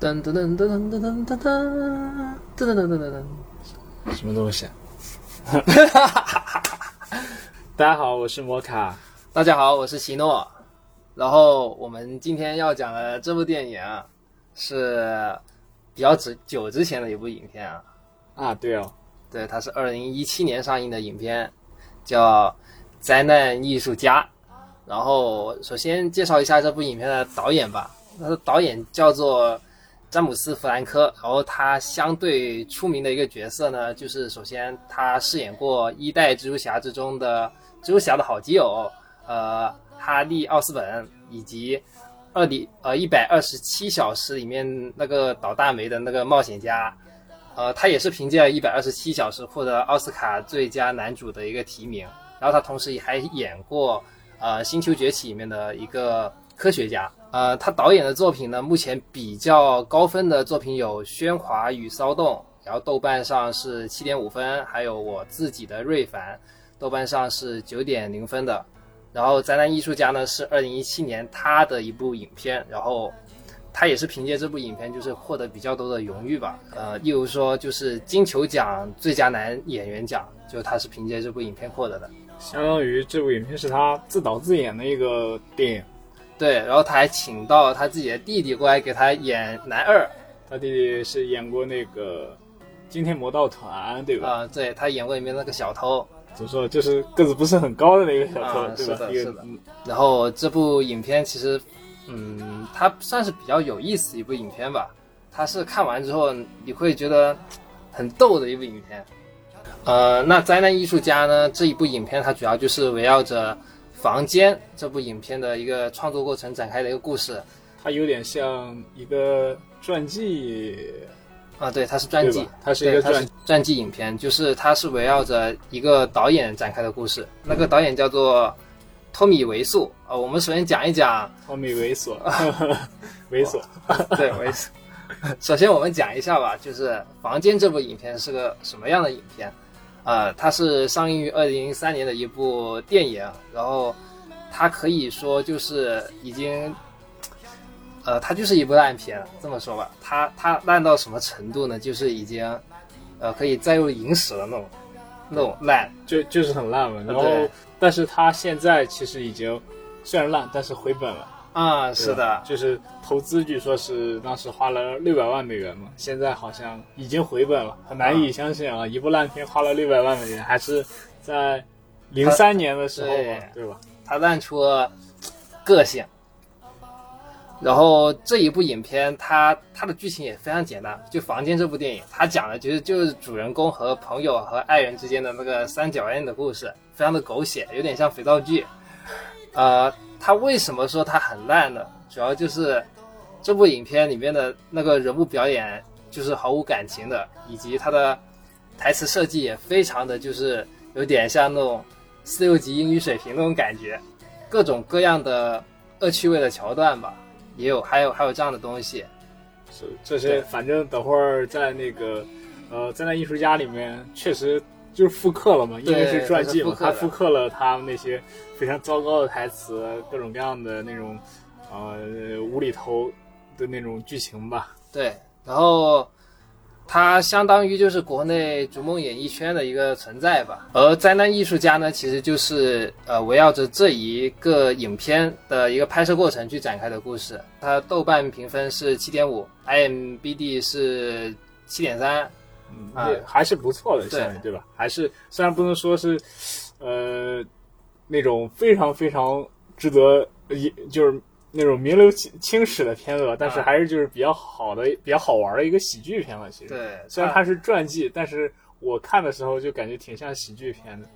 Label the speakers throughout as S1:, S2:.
S1: 噔噔噔噔噔噔噔噔噔噔噔噔噔
S2: 什么东西、啊？ 大家好，我是摩卡。
S1: 大家好，我是奇诺。然后我们今天要讲的这部电影啊，是比较之久之前的一部影片啊。
S2: 啊，对哦，
S1: 对，它是二零一七年上映的影片，叫《灾难艺术家》。然后首先介绍一下这部影片的导演吧，他的导演叫做詹姆斯·弗兰科。然后他相对出名的一个角色呢，就是首先他饰演过一代蜘蛛侠之中的蜘蛛侠的好基友，呃，哈利·奥斯本，以及二里呃一百二十七小时里面那个倒大霉的那个冒险家。呃，他也是凭借《一百二十七小时》获得奥斯卡最佳男主的一个提名。然后他同时还演过呃《星球崛起》里面的一个科学家。呃，他导演的作品呢，目前比较高分的作品有《喧哗与骚动》，然后豆瓣上是七点五分，还有我自己的《瑞凡》，豆瓣上是九点零分的。然后《宅男艺术家》呢是二零一七年他的一部影片，然后他也是凭借这部影片，就是获得比较多的荣誉吧。呃，例如说就是金球奖最佳男演员奖，就他是凭借这部影片获得的。
S2: 相当于这部影片是他自导自演的一个电影。
S1: 对，然后他还请到他自己的弟弟过来给他演男二
S2: 他弟弟是演过那个《惊天魔盗团》，对吧？
S1: 啊、对他演过里面那个小偷。
S2: 怎么说，就是个子不是很高的那个小偷，
S1: 啊
S2: 对
S1: 是
S2: 吧？
S1: 的
S2: 一
S1: 是
S2: 个
S1: 的
S2: 嗯
S1: 然后这部影片其实，嗯，它算是比较有意思的一部影片吧。它是看完之后你会觉得很逗的一部影片。呃，那《灾难艺术家》呢这一部影片，它主要就是围绕着《房间》这部影片的一个创作过程展开的一个故事。
S2: 他有点像一个传记，
S1: 啊，对，它是传
S2: 对
S1: 记
S2: 吧，？他是一
S1: 对，
S2: 个
S1: 它
S2: 传
S1: 是传记影片，就是它是围绕着一个导演展开的故事。那个导演叫做托米·维素。呃，我们首先讲一讲
S2: 奥米哦猥琐， 猥琐，
S1: 对，我也是。 首先，我们讲一下吧，就是《房间》这部影片是个什么样的影片？呃，它是上映于二零零三年的一部电影，然后它可以说就是已经，呃，它就是一部烂片，这么说吧，它它烂到什么程度呢？就是已经，呃，可以载入影史了那种，那种烂。
S2: 就就是很烂嘛。然
S1: 啊对
S2: 后，但是他现在其实已经虽然烂，但是回本了。
S1: 啊，是
S2: 对吧
S1: 的，
S2: 就是投资，据说是当时花了六百万美元嘛，现在好像已经回本了，很难以相信啊！一部烂片花了六百万美元，还是在零三年的时候嘛，对吧？
S1: 他烂出了个性。然后这一部影片，它它的剧情也非常简单，就《房间》这部电影，它讲的其实就是主人公和朋友和爱人之间的那个三角恋的故事，非常的狗血，有点像肥皂剧。呃，它为什么说它很烂呢？主要就是这部影片里面的那个人物表演就是毫无感情的，以及它的台词设计也非常的就是有点像那种四六级英语水平那种感觉，各种各样的恶趣味的桥段吧，也有，还有还有这样的东西。
S2: 是这
S1: 对
S2: 些，反正等会儿在那个呃，在那艺术家里面，确实就是复刻了嘛，因为是传记嘛，
S1: 它
S2: 他
S1: 是复
S2: 复刻了他那些非常糟糕的台词，各种各样的那种呃无厘头的那种剧情吧。
S1: 对，然后它相当于就是国内逐梦演艺圈的一个存在吧。而灾难艺术家呢，其实就是呃围绕着这一个影片的一个拍摄过程去展开的故事。它豆瓣评分是七点五，IMBD 是七点三，
S2: 嗯
S1: 啊，
S2: 也还是不错的
S1: 对
S2: 项目，对吧？还是虽然不能说是，呃，那种非常非常值得，呃也就是那种名留青青史的片子吧，但是
S1: 啊
S2: 还是就是比较好的、比较好玩的一个喜剧片了。其实，
S1: 对，
S2: 虽然它是传记，但是我看的时候就感觉挺像喜剧片的。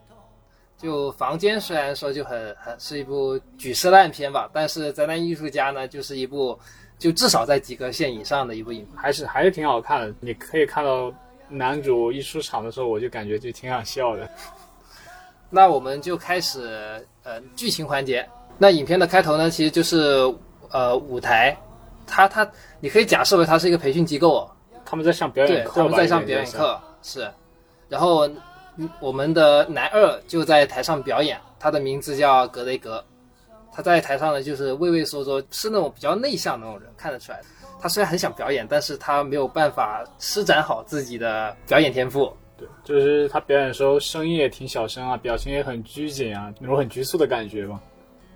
S1: 就《房间》虽然说就很很是一部举世烂片吧，但是《灾难艺术家》呢，就是一部就至少在及格线以上的一部影片。
S2: 还是还是挺好看的，你可以看到男主一出场的时候，我就感觉就挺想笑的。
S1: 那我们就开始呃剧情环节。那影片的开头呢，其实就是呃舞台，它它你可以假设为它是一个培训机构、哦，
S2: 他们在上表
S1: 对，
S2: 演课
S1: 他
S2: 吧，
S1: 们在上表
S2: 有点
S1: 演
S2: 像
S1: 课是，然后嗯我们的男二就在台上表演，他的名字叫格雷格，他在台上呢就是畏畏缩缩，是那种比较内向的那种人，看得出来。他虽然很想表演，但是他没有办法施展好自己的表演天赋。
S2: 对，就是他表演的时候声音也挺小声啊，表情也很拘谨啊，那种很局促的感觉吧。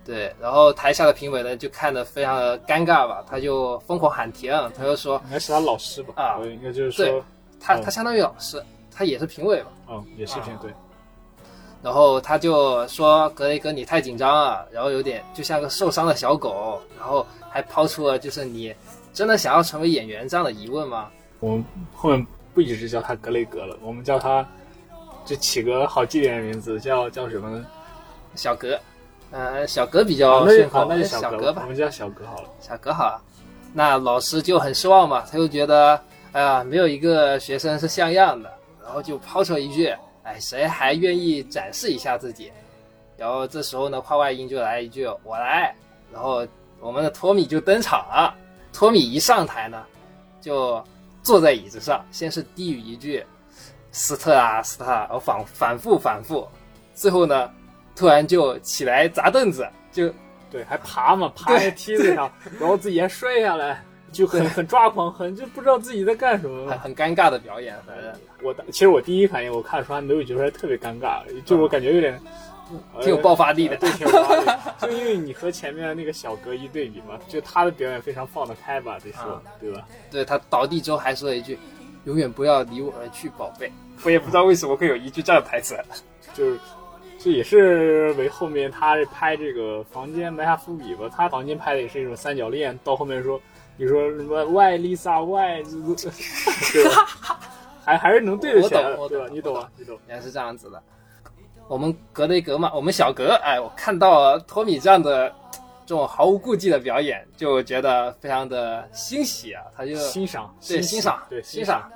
S1: 对，然后台下的评委呢就看得非常的尴尬吧，他就疯狂喊停，他就说
S2: 应该是他老师吧？
S1: 啊
S2: 我应该就是
S1: 对
S2: 说，
S1: 他
S2: 嗯
S1: 他相当于老师，他也是评委嘛。
S2: 嗯，也是
S1: 啊
S2: 挺对，
S1: 然后他就说格雷格你太紧张了，然后有点就像个受伤的小狗，然后还抛出了就是你真的想要成为演员这样的疑问吗？
S2: 我们后面不一直叫他格雷格了，我们叫他就起个好记点的名字，叫叫什么呢？
S1: 小格，呃，小格比
S2: 啊
S1: 较
S2: 那就
S1: 顺
S2: 好，
S1: 口，
S2: 那就
S1: 哦小
S2: 格
S1: 吧
S2: 我，们叫小格好了。
S1: 小格好了。那老师就很失望嘛，他就觉得，哎、呀，没有一个学生是像样的，然后就抛出了一句，哎，谁还愿意展示一下自己？然后这时候呢，话外音就来一句“我来”，然后我们的托米就登场了。托米一上台呢，就坐在椅子上，先是低语一句“斯特啊斯特啊”，我反反复反复，最后呢，突然就起来砸凳子，就
S2: 对，还爬嘛，爬在梯子上， 然后自己还摔下来，就很很抓狂，很就不知道自己在干什么
S1: 很。很尴尬的表演，反正。
S2: 我当其实我第一反应，我看的时候还没有觉得特别尴尬，就我感觉有点
S1: 嗯 挺有爆发力的
S2: 呃。对，挺有爆发力的。就因为你和前面的那个小格一对比嘛， 就他的表演非常放得开吧，得说
S1: 啊
S2: 对吧？
S1: 对他倒地之后还说了一句：“永远不要离我而去，宝贝。”我也不知道为什么会有一句这样的台词。
S2: 就是这也是为后面他拍这个房间埋下伏笔吧。他房间拍的也是一种三角恋，到后面说你说什么 Why Lisa Why，对 吧？还 还是能对得起来
S1: 我懂
S2: 的，
S1: 我
S2: 对吧？
S1: 懂
S2: 你懂
S1: 我
S2: 啊，你懂。
S1: 原来是这样子的。我们格雷格嘛，我们小格，哎，我看到了托米这样的这种毫无顾忌的表演，就觉得非常的欣喜啊。他就
S2: 欣赏，
S1: 对
S2: 欣
S1: 欣赏，
S2: 对
S1: 欣。赏，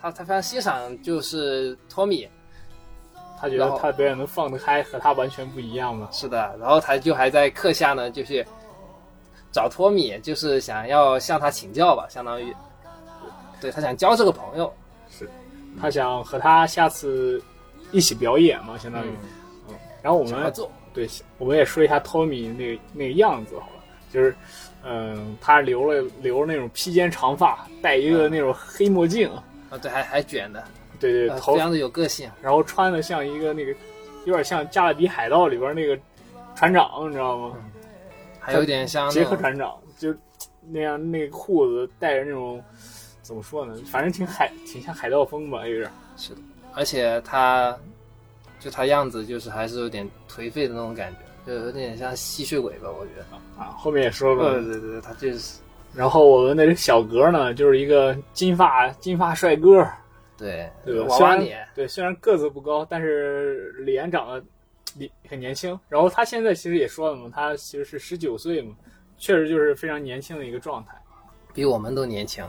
S1: 他他非常欣赏就是托米，
S2: 他觉
S1: 然
S2: 得
S1: 后
S2: 他的表演能放得开，和他完全不一样嘛。
S1: 是的，然后他就还在课下呢，就是找托米，就是想要向他请教吧，相当于，对他想交这个朋友。
S2: 他想和他下次一起表演嘛，相当于。嗯然后我
S1: 想合
S2: 们
S1: 作，
S2: 对，我们也说一下 Tommy 那个那个样子好了，就是，嗯，他留了留了那种披肩长发，戴一
S1: 嗯
S2: 个那种黑墨镜，
S1: 啊，对，还还卷的，
S2: 对对，
S1: 呃
S2: 头
S1: 非，常的有个性。
S2: 然后穿的像一个那个，有点像《加勒比海盗》里边那个船长，你知道吗？
S1: 还有点像
S2: 杰
S1: 那
S2: 克
S1: 种
S2: 船长，就那样那个裤子带着那种，怎么说呢？反正挺海，挺像海盗风吧，有点。
S1: 是的，而且他就他样子就是还是有点颓废的那种感觉，就有点像吸血鬼吧，我觉得。
S2: 啊，后面也说了，
S1: 对对对，他就是
S2: 然后我们的小格呢，就是一个金发金发帅哥，
S1: 对
S2: 对吧？
S1: 嗯娃
S2: 虽
S1: 娃
S2: 然
S1: 脸，
S2: 对，虽然个子不高，但是脸长得脸很年轻。然后他现在其实也说了嘛，他其实是十九岁嘛，确实就是非常年轻的一个状态
S1: 比我们都年轻。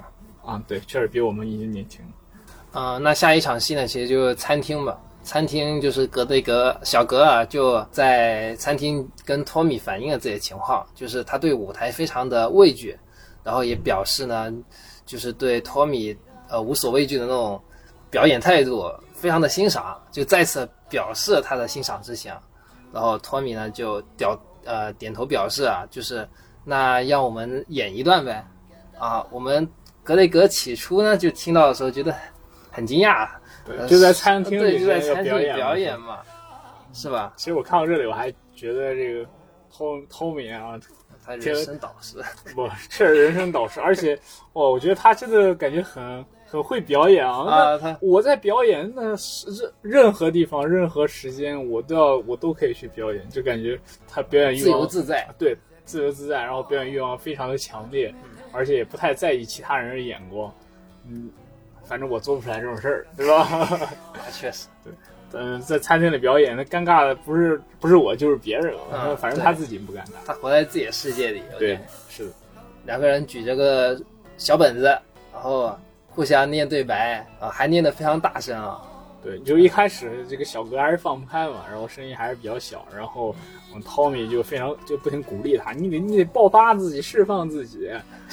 S2: 啊。对，确实比我们已经年轻了。
S1: 嗯、那下一场戏呢，其实就是餐厅吧。餐厅就是格雷格小格啊，就在餐厅跟托米反映了自己的情况，就是他对舞台非常的畏惧，然后也表示呢，就是对托米呃无所畏惧的那种表演态度非常的欣赏，就再次表示了他的欣赏之情。然后托米呢就表呃点头表示啊，就是那让我们演一段呗。啊，我们格雷格起初呢就听到的时候觉得很惊讶，
S2: 对，
S1: 呃
S2: 就在餐厅
S1: 对，
S2: 里
S1: 就在
S2: 面要
S1: 餐厅
S2: 表
S1: 里
S2: 演
S1: 表演
S2: 嘛。
S1: 嘛，是吧？
S2: 其实我看到这里，我还觉得这个 Tom Tommy 啊，
S1: 他
S2: 这
S1: 人
S2: 个
S1: 生导师，
S2: 我 确实人生导师，而且哇，我觉得他真的感觉很很会表演啊。
S1: 啊他
S2: 我在表演，那是任任何地方、任何时间，我都要我都可以去表演，就感觉他表演欲
S1: 自由
S2: 望
S1: 自在，
S2: 对自由自在，然后表演欲望非常的强烈，
S1: 嗯
S2: 而且也不太在意其他人的眼光。嗯，反正我做不出来这种事儿，对吧？
S1: 啊确实，
S2: 嗯，在餐厅里表演，那尴尬的不是不是我就是别人了，
S1: 嗯
S2: 反正
S1: 对
S2: 他自己不尴尬。
S1: 他活在自己的世界里。有
S2: 对
S1: 点，
S2: 是的，
S1: 两个人举着个小本子，然后互相念对白啊，还念得非常大声啊。
S2: 对，就一开始这个小哥还是放不开嘛，然后声音还是比较小，然后我们 Tommy 就非常就不停鼓励他，你得你得爆发自己，释放自己，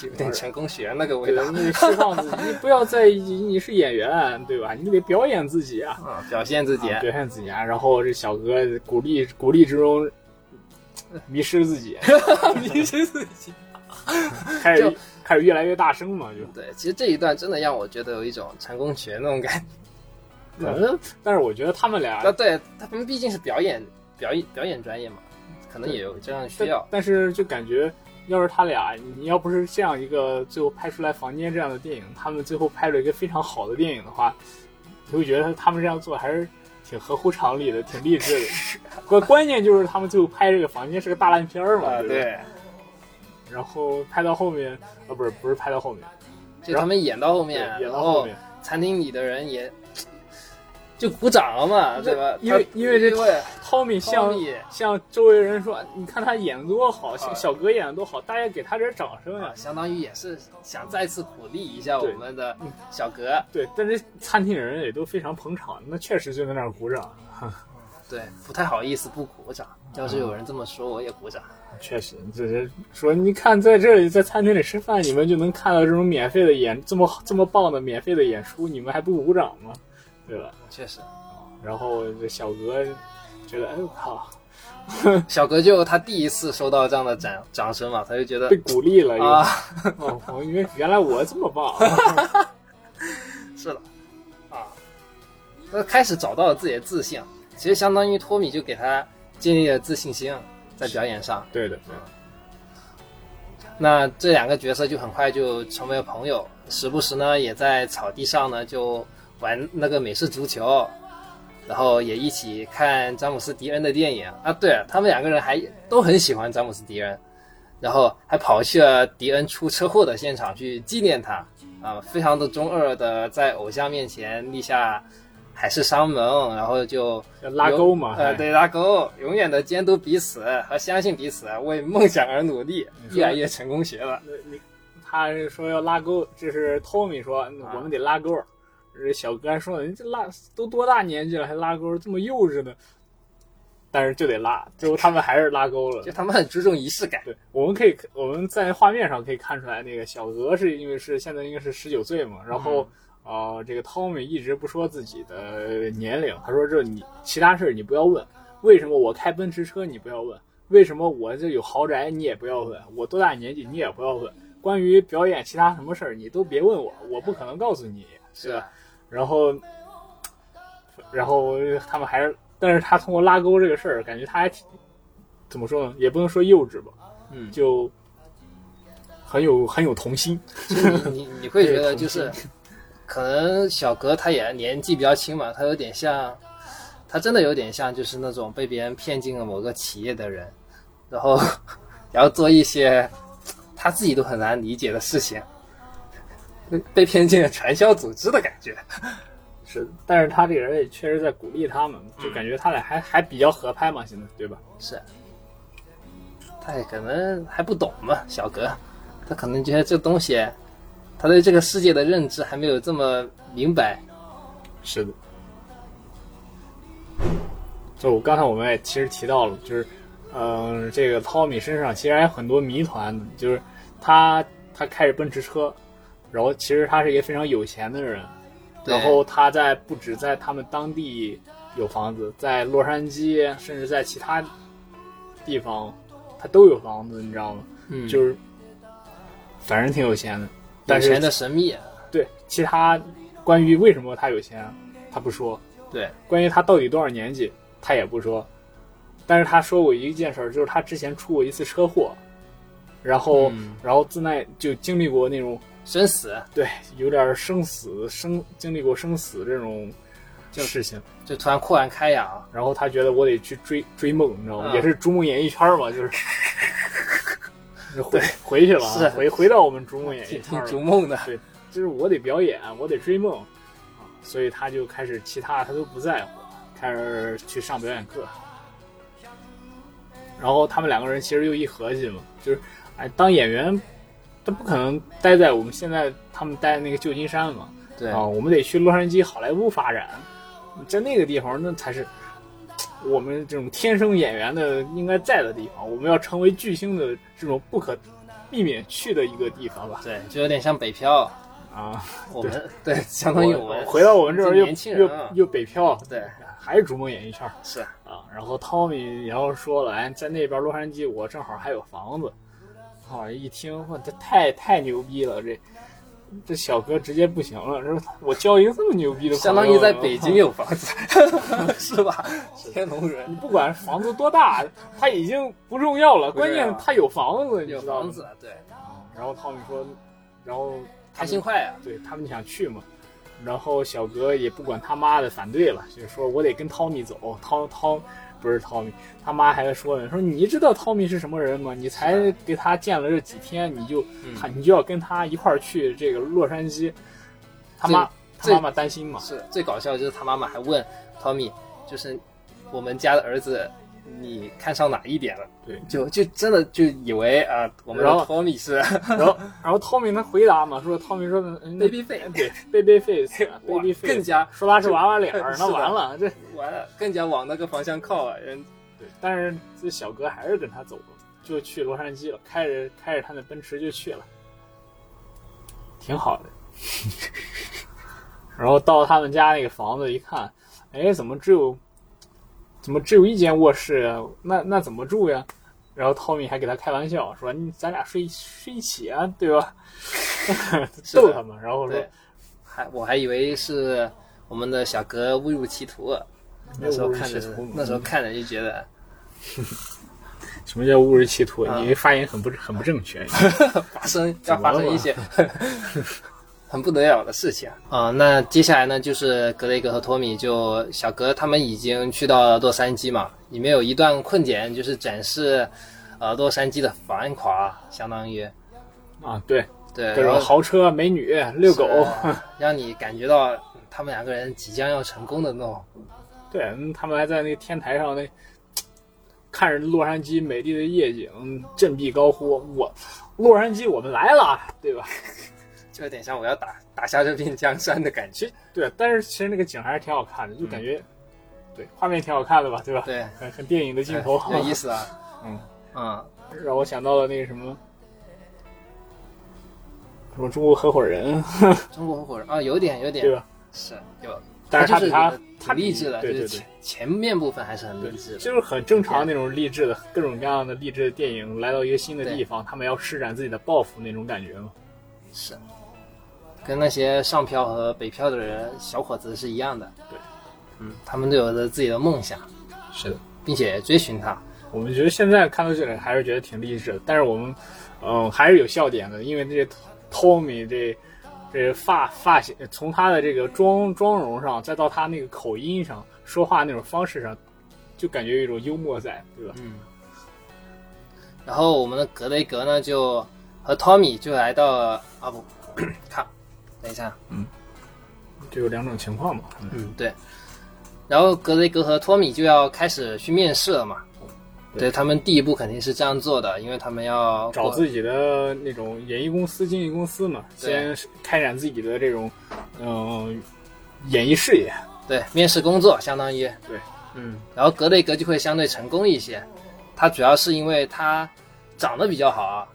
S1: 有点成功学那个味
S2: 对
S1: 道
S2: 吧？你得释放自己，你不要在意你是演员，对吧？你得表演自己啊，
S1: 啊，表现自己，
S2: 啊表现自己啊。然后这小哥鼓励鼓励之中，迷失自己，
S1: 迷失自己。
S2: 开始开始越来越大声嘛，就
S1: 对，其实这一段真的让我觉得有一种成功学那种感觉。 嗯
S2: 可能，但是我觉得他们俩
S1: 啊，对他们毕竟是表演表演表演专业嘛，可能也有这样的需要。
S2: 但是就感觉，要是他俩，你要不是这样一个最后拍出来《房间》这样的电影，他们最后拍了一个非常好的电影的话，你会觉得他们这样做还是挺合乎常理的，挺励志的。 关关键就是他们最后拍这个《房间》是个大烂片儿嘛，
S1: 啊
S2: 对。
S1: 对
S2: 然后拍到后面，啊，不是不是拍到后面，
S1: 就他们演到后面，
S2: 对演
S1: 然
S2: 到后
S1: 后
S2: 面，
S1: 餐厅里的人也就鼓掌了嘛，对吧？
S2: 因为
S1: 他
S2: 因为这
S1: 因为
S2: 汤米像
S1: Tommy
S2: 向周围人说：“你看他演的多好，小小哥演的多好，大家给他点掌声呀
S1: 嗯啊，！”相当于也是想再次鼓励一下我
S2: 对嗯
S1: 们的小格，
S2: 对，但是餐厅人也都非常捧场，那确实就在那儿鼓掌，
S1: 对，不太好意思不鼓掌。要是有人这么说，我也鼓掌。
S2: 确实，这是说你看在这里在餐厅里吃饭，你们就能看到这种免费的演这么这么棒的免费的演出，你们还不鼓掌吗？对吧？
S1: 确 实，
S2: 然后这小哥觉得，哎我靠，
S1: 小格就他第一次收到这样的掌掌声嘛，他就觉得
S2: 被鼓励了，
S1: 啊，
S2: 哦，我以为原来我这 么棒，
S1: 是的，啊，他开始找到了自己的自信，其实相当于托米就给他建立了自信心，在表演上。
S2: 对的，对的。
S1: 那这两个角色就很快就成为了朋友，时不时呢也在草地上呢就玩那个美式足球，然后也一起看詹姆斯·迪恩的电影啊。对了他们两个人还都很喜欢詹姆斯·迪恩，然后还跑去了迪恩出车祸的现场去纪念他啊，非常的中二的在偶像面前立下海誓山盟，然后就
S2: 要拉钩嘛，哎
S1: 呃，
S2: 还，
S1: 对拉钩，永远的监督彼此和相信彼此，为梦想而努力，
S2: 你说
S1: 越来越成功学了。
S2: 那你他是说要拉钩，这是 Tommy 说、嗯
S1: 啊
S2: 我们得拉钩。这小哥还说你这拉都多大年纪了还拉钩，这么幼稚呢？但是就得拉，最后他们还是拉钩了
S1: 就。他们很注重仪式感，
S2: 对，我们可以我们在画面上可以看出来，那个小鹅是因为是现在应该是十九岁嘛，然后。呃，这个 Tommy 一直不说自己的年龄，他说这你其他事儿你不要问，为什么我开奔驰车你不要问，为什么我这有豪宅你也不要问，我多大年纪你也不要问，关于表演其他什么事儿你都别问我，我不可能告诉你，是吧？然后，然后他们还是，但是他通过拉钩这个事儿，感觉他还挺怎么说呢，也不能说幼稚吧，
S1: 嗯，
S2: 就很有很有童心，
S1: 就你你你会觉得
S2: 对
S1: 就是
S2: 童，
S1: 可能小格他也年纪比较轻嘛，他有点像，他真的有点像就是那种被别人骗进了某个企业的人，然后 然后做一些他自己都很难理解的事情，被被骗进了传销组织的感觉。
S2: 是，但是他这个人也确实在鼓励他们，就感觉他俩还还比较合拍嘛，现在对吧？
S1: 是，他也可能还不懂嘛，小格，他可能觉得这东西，他对这个世界的认知还没有这么明白。
S2: 是的。就我刚才我们也其实提到了，就是，嗯、这个 Tommy 身上其实还有很多谜团的，就是他他开着奔驰车，然后其实他是一个非常有钱的人，
S1: 对
S2: 然后他在不止在他们当地有房子，在洛杉矶甚至在其他地方，他都有房子，你知道吗？
S1: 嗯
S2: 就是是反正挺有钱的，
S1: 有
S2: 但
S1: 钱
S2: 是
S1: 的神秘，啊
S2: 对其他关于为什么他有钱，他不说；
S1: 对，
S2: 关于他到底多少年纪，他也不说。但是他说过一件事儿，就是他之前出过一次车祸，然后、
S1: 嗯
S2: 然后自那就经历过那种
S1: 生死
S2: 对有点生死生经历过生死这种事情，
S1: 就突然豁然开朗，
S2: 然后他觉得我得去追追梦，你知道吗？
S1: 嗯
S2: 也是逐梦演艺圈嘛， 就是。回回去了啊，
S1: 是
S2: 回回到我们逐梦演艺
S1: 挺
S2: 圈
S1: 挺
S2: 了。
S1: 逐梦的。
S2: 对，就是我得表演，我得追梦，啊所以他就开始其他他都不在乎，开始去上表演课。然后他们两个人其实又一合计嘛，就是哎，当演员，他不可能待在我们现在他们待的那个旧金山嘛，
S1: 对，
S2: 啊，我们得去洛杉矶好莱坞发展，在那个地方那才是我们这种天生演员的应该在的地方，我们要成为巨星的这种不可避免去的一个地方吧，
S1: 对，就有点像北漂，
S2: 啊。
S1: 我们对，相当于我
S2: 我
S1: 们
S2: 回到我们这边
S1: 这
S2: 又
S1: 年轻人啊
S2: 又又北漂，
S1: 对，
S2: 还是逐梦演艺圈
S1: 是
S2: 啊。然后 Tommy 然后说了，哎，在那边洛杉矶，我正好还有房子。好、一听，哇，这太太牛逼了，这这小哥直接不行了。说我交一个这么牛逼的朋友，
S1: 相当于在北京有房 子， 是吧？天龙人
S2: 你不管房子多大，他已经不重要了，
S1: 不重
S2: 关
S1: 要
S2: 键他有房子，你
S1: 有
S2: 知道吗啊
S1: 房子，啊对，
S2: 然后汤米说，然后
S1: 开
S2: 他们
S1: 心快啊，
S2: 对他们想去嘛，然后小哥也不管他妈的反对了，就说我得跟汤米走，汤汤。不是汤米，他妈还说呢，说你知道汤米是什么人吗？你才给他见了这几天，你就他
S1: 啊嗯，
S2: 你就要跟他一块儿去这个洛杉矶，他妈他
S1: 这
S2: 妈妈担心嘛，
S1: 是最搞笑的就是他妈妈还问 Tommy，就是我们家的儿子，你看上哪一点了？
S2: 对
S1: 就就真的就以为啊、呃我们的
S2: 然后
S1: Tommy 是
S2: 然后然后汤米他回答嘛，说汤米说的嗯
S1: baby face，
S2: 对，baby face，baby
S1: 哇
S2: face，
S1: 更加
S2: 说他是娃娃脸 儿，
S1: 是
S2: 那
S1: 的
S2: 完了这。
S1: 完了，更加往那个方向靠啊，人
S2: 对，但是这小哥还是跟他走了，就去洛杉矶了，开着开着他的奔驰就去了，挺好的。然后到他们家那个房子一看，哎，怎么只有怎么只有一间卧室呀？那那怎么住呀？然后 Tommy 还给他开玩笑说：“你咱俩睡睡一起啊，对吧？”
S1: 是的
S2: 逗他们，然后说
S1: 对，还我还以为是我们的小哥误入歧途了，：“那时候看着那时候看着就觉得
S2: 什么叫误入歧途？
S1: 啊
S2: 你发言很不很不正 确。
S1: 发生
S2: 怎
S1: 要
S2: 么
S1: 发
S2: 了
S1: 生
S2: 嘛
S1: 一 些很不得了的事情啊、那接下来呢，就是格雷格和托米就小格他们已经去到洛杉矶嘛，里面有一段困简，就是展示呃洛杉矶的繁华，相当于
S2: 啊，对，
S1: 对，
S2: 各
S1: 然
S2: 种
S1: 后
S2: 豪车、美女、遛狗，
S1: 是让你感觉到嗯他们两个人即将要成功的那种。
S2: 对，嗯他们还在那个天台上那看着洛杉矶美丽的夜景，振臂高呼：“我洛杉矶，我们来了！”对吧？
S1: 就有点像我要打打下这片江山的感觉，
S2: 对，但是其实那个景还是挺好看的，就
S1: 嗯
S2: 感觉、对画面挺好看的吧，对吧？
S1: 对，
S2: 很很电影的镜头，
S1: 有意思啊，
S2: 嗯
S1: 嗯，
S2: 让我想到了那个什么。什么中国合 伙人，
S1: 中国合伙人啊，有点有点
S2: 对吧？
S1: 是有，
S2: 但是
S1: 他
S2: 他
S1: 就是
S2: 他
S1: 挺励志的，
S2: 对
S1: 就
S2: 对
S1: 是
S2: 对
S1: 前，前面部分还是很励志的。
S2: 就是很正常那种励志的各种各样的励志的电影，来到一个新的地方，他们要施展自己的抱负那种感觉嘛。
S1: 是，跟那些上漂和北漂的人小伙子是一样的。
S2: 对，
S1: 嗯，他们都有着自己的梦想，
S2: 是的，
S1: 并且追寻它。
S2: 我们觉得现在看到这里还是觉得挺励志的，但是我们，嗯、还是有笑点的，因为这 Tommy 这这发发型，从他的这个妆妆容上，再到他那个口音上，说话那种方式上，就感觉有一种幽默在，对吧？
S1: 嗯，然后我们的格雷格呢，就和 Tommy 就来到了啊不， 看，等一下，
S2: 就有两种情况嘛。嗯
S1: 嗯，对。然后格雷格和托米就要开始去面试了嘛。
S2: 对
S1: 对他们第一步肯定是这样做的，因为他们要
S2: 找
S1: 过
S2: 自己的那种演艺公司、经纪公司嘛，
S1: 对
S2: 先开展自己的这种，嗯、演艺事业。
S1: 对面试工作，相当于
S2: 对，
S1: 嗯，然后格雷格就会相对成功一些。他主要是因为他长得比较好啊，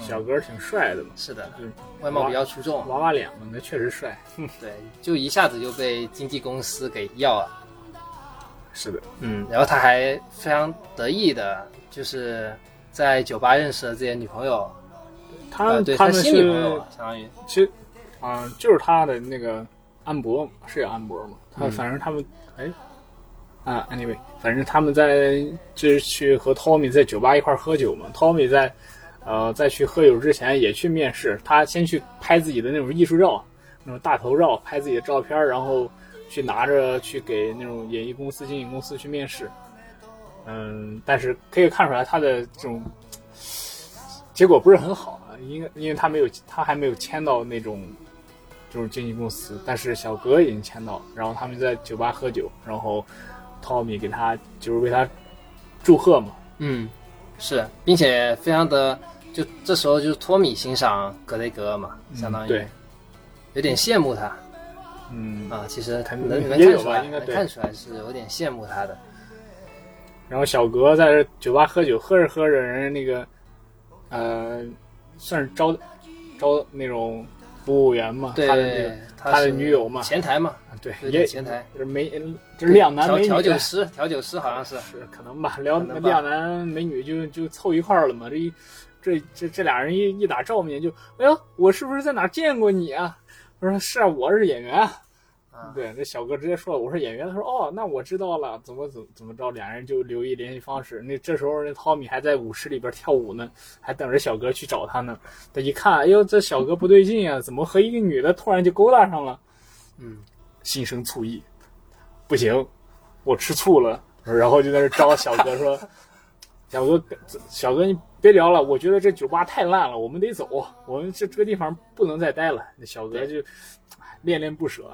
S2: 小哥挺帅的嘛，
S1: 是的
S2: 嗯，
S1: 外貌比较出众，
S2: 娃娃脸嘛，那确实帅。
S1: 对，就一下子就被经纪公司给要了。
S2: 是的，
S1: 嗯，然后他还非常得意的，就是在酒吧认识了自己的女朋友，
S2: 他、
S1: 呃，对
S2: 他
S1: 他
S2: 们
S1: 新
S2: 是
S1: 女朋友了，相当于
S2: 其实，啊、就是他的那个安博是有安博嘛，他
S1: 嗯
S2: 反正他们，哎，啊，anyway，反正他们在就是去和 Tommy 在酒吧一块儿喝酒嘛，Tommy 在呃在去喝酒之前也去面试，他先去拍自己的那种艺术照，那种大头照，拍自己的照片儿，然后去拿着去给那种演艺公司、经纪公司去面试。嗯，但是可以看出来他的这种结果不是很好啊，因为因为他没有他还没有签到那种就是经纪公司，但是小格已经签到了，然后他们在酒吧喝酒，然后 Tommy 给他就是为他祝贺嘛，
S1: 嗯，是，并且非常的，就这时候就是托米欣赏格雷格嘛，相当于、
S2: 嗯对，
S1: 有点羡慕他
S2: 嗯，
S1: 啊。其实
S2: 肯
S1: 能
S2: 定
S1: 能
S2: 也
S1: 看
S2: 有
S1: 出
S2: 吧
S1: 来，
S2: 应该
S1: 能
S2: 对啊
S1: 看出来是有点羡慕他的。
S2: 然后小格在这酒吧喝酒，喝着喝着，人家那个呃，算是招招那种服务员嘛，
S1: 对
S2: 他的那个
S1: 他
S2: 他的
S1: 是
S2: 女友嘛
S1: 前台嘛，
S2: 对，
S1: 有
S2: 也
S1: 点前台
S2: 就是美就是两男
S1: 调
S2: 美女啊
S1: 调酒师，调酒师好像是
S2: 是可能吧，两
S1: 能吧
S2: 两男美女就就凑一块儿了嘛，这一这这这俩人一一打照面就，哎呦，我是不是在哪儿见过你啊？我说是啊，我是演员啊。
S1: 啊，
S2: 对，那小哥直接说了，我是演员。他说哦，那我知道了，怎么怎么怎么着，俩人就留一联系方式。那这时候那汤米还在舞池里边跳舞呢，还等着小哥去找他呢。他一看，哎呦，这小哥不对劲啊，怎么和一个女的突然就勾搭上了？
S1: 嗯，
S2: 心生醋意，不行，我吃醋了。然后就在那招小哥 说：“小哥，小哥，你别聊了，我觉得这酒吧太烂了，我们得走，我们这这个地方不能再待了。”那小哥就唉恋恋不舍，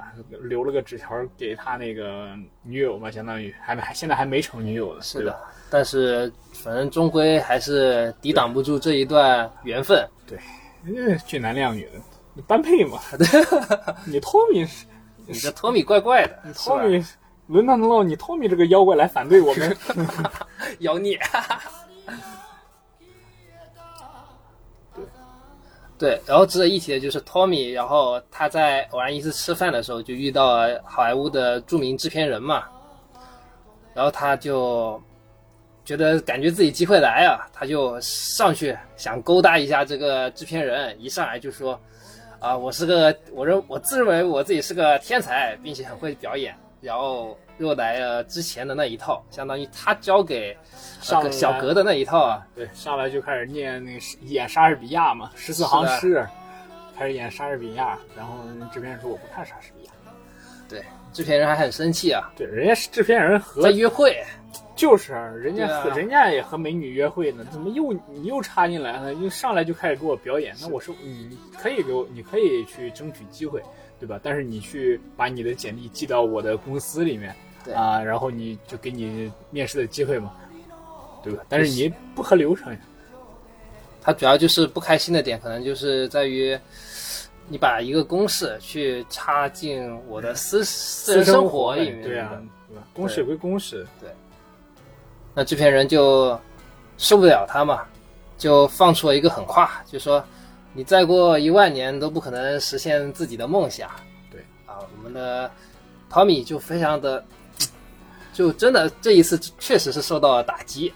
S2: 留了个纸条给他那个女友嘛，相当于还没还现在还没成女友呢，
S1: 是
S2: 对
S1: 的
S2: 吧？，
S1: 但是反正终归还是抵挡不住这一段缘分，
S2: 人家俊男靓女的，你般配 嘛？你托米，
S1: 你这托米怪怪的，
S2: 你
S1: 是吧
S2: 嗯
S1: 啊
S2: 托米，轮到到你托米这个妖怪来反对我们，
S1: 妖 孽。
S2: 对
S1: 对，然后值得一提的就是 Tommy，然后他在偶然一次吃饭的时候就遇到了好莱坞的著名制片人嘛，然后他就觉得感觉自己机会来啊，他就上去想勾搭一下这个制片人，一上来就说啊，我是个我认我自认为我自己是个天才，并且很会表演，然后又来了之前的那一套，相当于他教给
S2: 上
S1: 呃
S2: 来
S1: 小格的那一套啊，
S2: 对，上来就开始念那个演莎士比亚嘛，十四行诗，开始演莎士比亚，然后制片人说我不看莎士比亚，
S1: 对，制片人还很生气啊，
S2: 对，人家制片人
S1: 在
S2: 和
S1: 约会，
S2: 就是人家和、
S1: 对啊
S2: 人家也和美女约会呢，怎么又你又插进来了？又上来就开始给我表演，那我说你可以给我，你可以去争取机会，对吧？但是你去把你的简历寄到我的公司里面，
S1: 对
S2: 啊，然后你就给你面试的机会嘛，对吧？但是你不合流程呀，
S1: 他主要就是不开心的点，可能就是在于你把一个公式去插进我的 私私人生活哎里面，
S2: 对啊，对吧？公事归公事，
S1: 那制片人就受不了他嘛，就放出了一个狠话，就说你再过一万年都不可能实现自己的梦想。
S2: 对
S1: 啊，我们的汤米就非常的，就真的这一次确实是受到了打击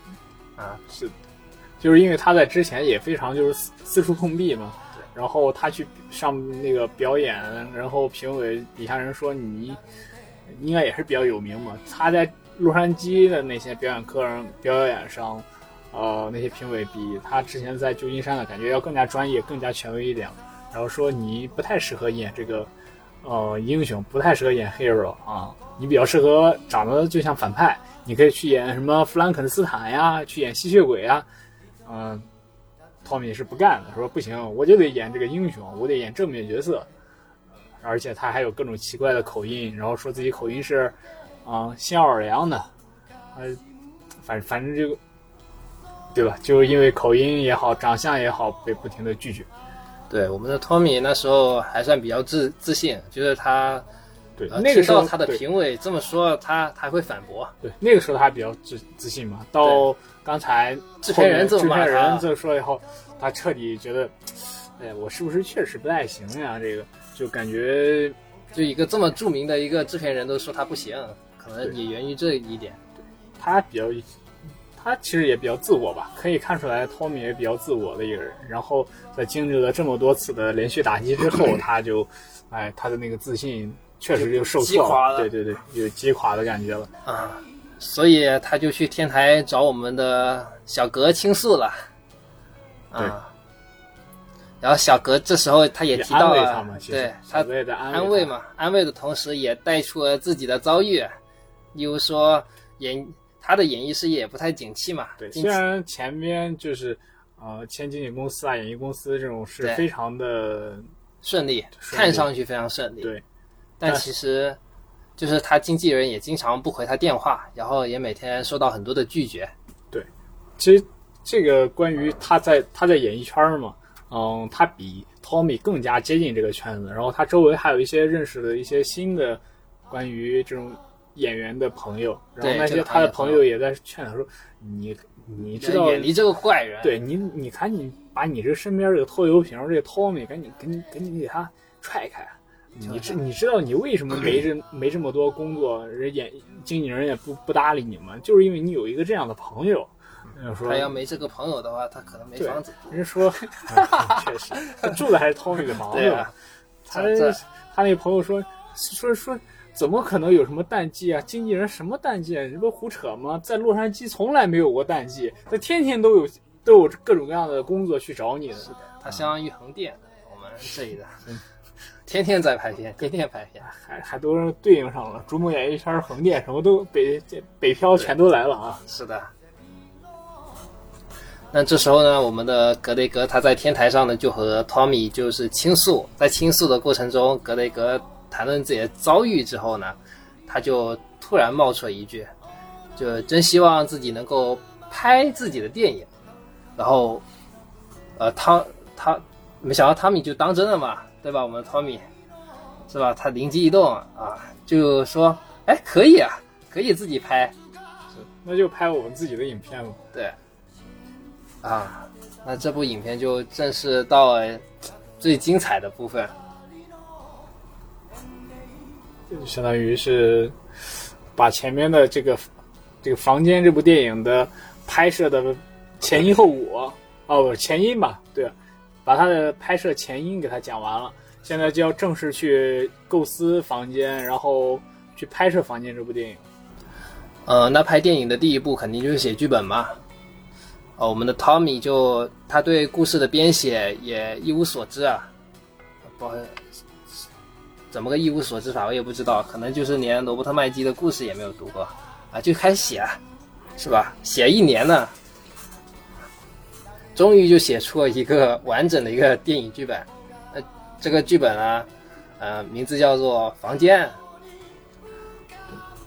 S1: 啊，
S2: 是的，就是因为他在之前也非常就是四四处碰壁嘛
S1: 对，
S2: 然后他去上那个表演，然后评委底下人说你应该也是比较有名嘛，他在洛杉矶的那些表演课上表演上。呃，那些评委比他之前在旧金山的感觉要更加专业、更加权威一点，然后说你不太适合演这个，呃，英雄不太适合演 hero 啊，你比较适合长得就像反派，你可以去演什么弗兰肯斯坦呀，去演吸血鬼呀，嗯、汤米是不干的，说不行，我就得演这个英雄，我得演正面角色，而且他还有各种奇怪的口音，然后说自己口音是，啊、新奥尔良的，呃，反反正就，对吧？就是因为口音也好，长相也好，被不停的拒绝。
S1: 对，我们的托米那时候还算比较自自信，觉得他、
S2: 对，
S1: 呃、
S2: 那个
S1: 听
S2: 时候
S1: 到他的
S2: 对
S1: 评委这么说，他他还会反驳。
S2: 对，那个时候他还比较自自信嘛。到刚才
S1: 制片人这么
S2: 制
S1: 骂他
S2: 片人这么说以后，他彻底觉得，哎，我是不是确实不太行呀？这个就感觉
S1: 就一个这么著名的一个制片人都说他不行，可能也源于这一点。
S2: 他比较，他其实也比较自我吧，可以看出来 Tommy 也比较自我的一个人。然后在经历了这么多次的连续打击 之后，他就，哎，他的那个自信确实就受
S1: 击
S2: 挫
S1: 垮了
S2: 对对对，有击垮的感觉了。
S1: 啊，所以他就去天台找我们的小格倾诉了。啊，然后小格这时候他也
S2: 也
S1: 提到
S2: 安慰他
S1: 了
S2: 嘛，，其实
S1: 对
S2: 小
S1: 他
S2: 哥也在安
S1: 安
S2: 慰
S1: 慰
S2: 他，
S1: 嘛，安慰的同时也带出了自己的遭遇，例如说演他的演艺事业也不太景气嘛，
S2: 对，
S1: 近
S2: 虽然前边就是呃，签经纪公司啊、演艺公司这种是
S1: 对
S2: 非常的
S1: 顺利，
S2: 顺利
S1: 看上去非常顺利，
S2: 对，
S1: 但
S2: 但
S1: 其实就是他经纪人也经常不回他电话，然后也每天收到很多的拒绝。
S2: 其实这个关于他在他在演艺圈儿嘛，嗯，他比 Tommy 更加接近这个圈子，然后他周围还有一些认识的一些新的关于这种演员的朋友，然
S1: 对
S2: 后那
S1: 这
S2: 些
S1: 个
S2: 他
S1: 行业
S2: 的
S1: 朋
S2: 朋
S1: 友
S2: 友也在劝他说：“你你知道
S1: 远离这个怪人，
S2: 对你，你看你把你这身边这个拖油瓶这个 Tommy 赶紧赶紧赶紧给他踹开。你知你知道你为什么没这没这么多工作，人也经纪人也不不搭理你吗？就是因为你有一个这样的朋友。人说
S1: 嗯他要没这个朋友的话，他可能没
S2: 对
S1: 房子。
S2: 人说，嗯确实，他住的还是 Tommy 的房子
S1: 对
S2: 吧
S1: 啊？
S2: 他
S1: 这这
S2: 他那朋友说说说，怎么可能有什么淡季啊？经纪人什么淡季啊？你不胡扯吗？在洛杉矶从来没有过淡季，那天天都有都有各种各样的工作去找你的。
S1: 他相当于横店的，我们这里的，天天在拍片，天天拍片。
S2: 还还都是对应上了，竹梦演艺圈、横店什么都北这北漂全都来了啊！
S1: 是的。那这时候呢，我们的格雷格他在天台上呢，就和 Tommy 就是倾诉，在倾诉的过程中，格雷格谈论自己的遭遇之后呢，他就突然冒出了一句，就真希望自己能够拍自己的电影。然后，呃，他他没想到 Tommy 就当真了嘛，对吧？我们的 Tommy 是吧？他灵机一动啊，就说，哎，可以啊，可以自己拍。
S2: 那就拍我们自己的影片吧。
S1: 对，啊，那这部影片就正式到了最精彩的部分。
S2: 就相当于是把前面的这个这个房间这部电影的拍摄的前因后果，哦，不前因吧，对，啊把它的拍摄前因给它讲完了，现在就要正式去构思房间，然后去拍摄房间这部电影。
S1: 呃，那拍电影的第一步肯定就是写剧本嘛。哦，我们的 Tommy 就他对故事的编写也一无所知啊，不好意思，怎么个一无所知法我也不知道，可能就是连罗伯特麦基的故事也没有读过啊，就开始写啊，是吧？写一年呢，终于就写出了一个完整的一个电影剧本。呃，这个剧本啊，呃，名字叫做《房间》。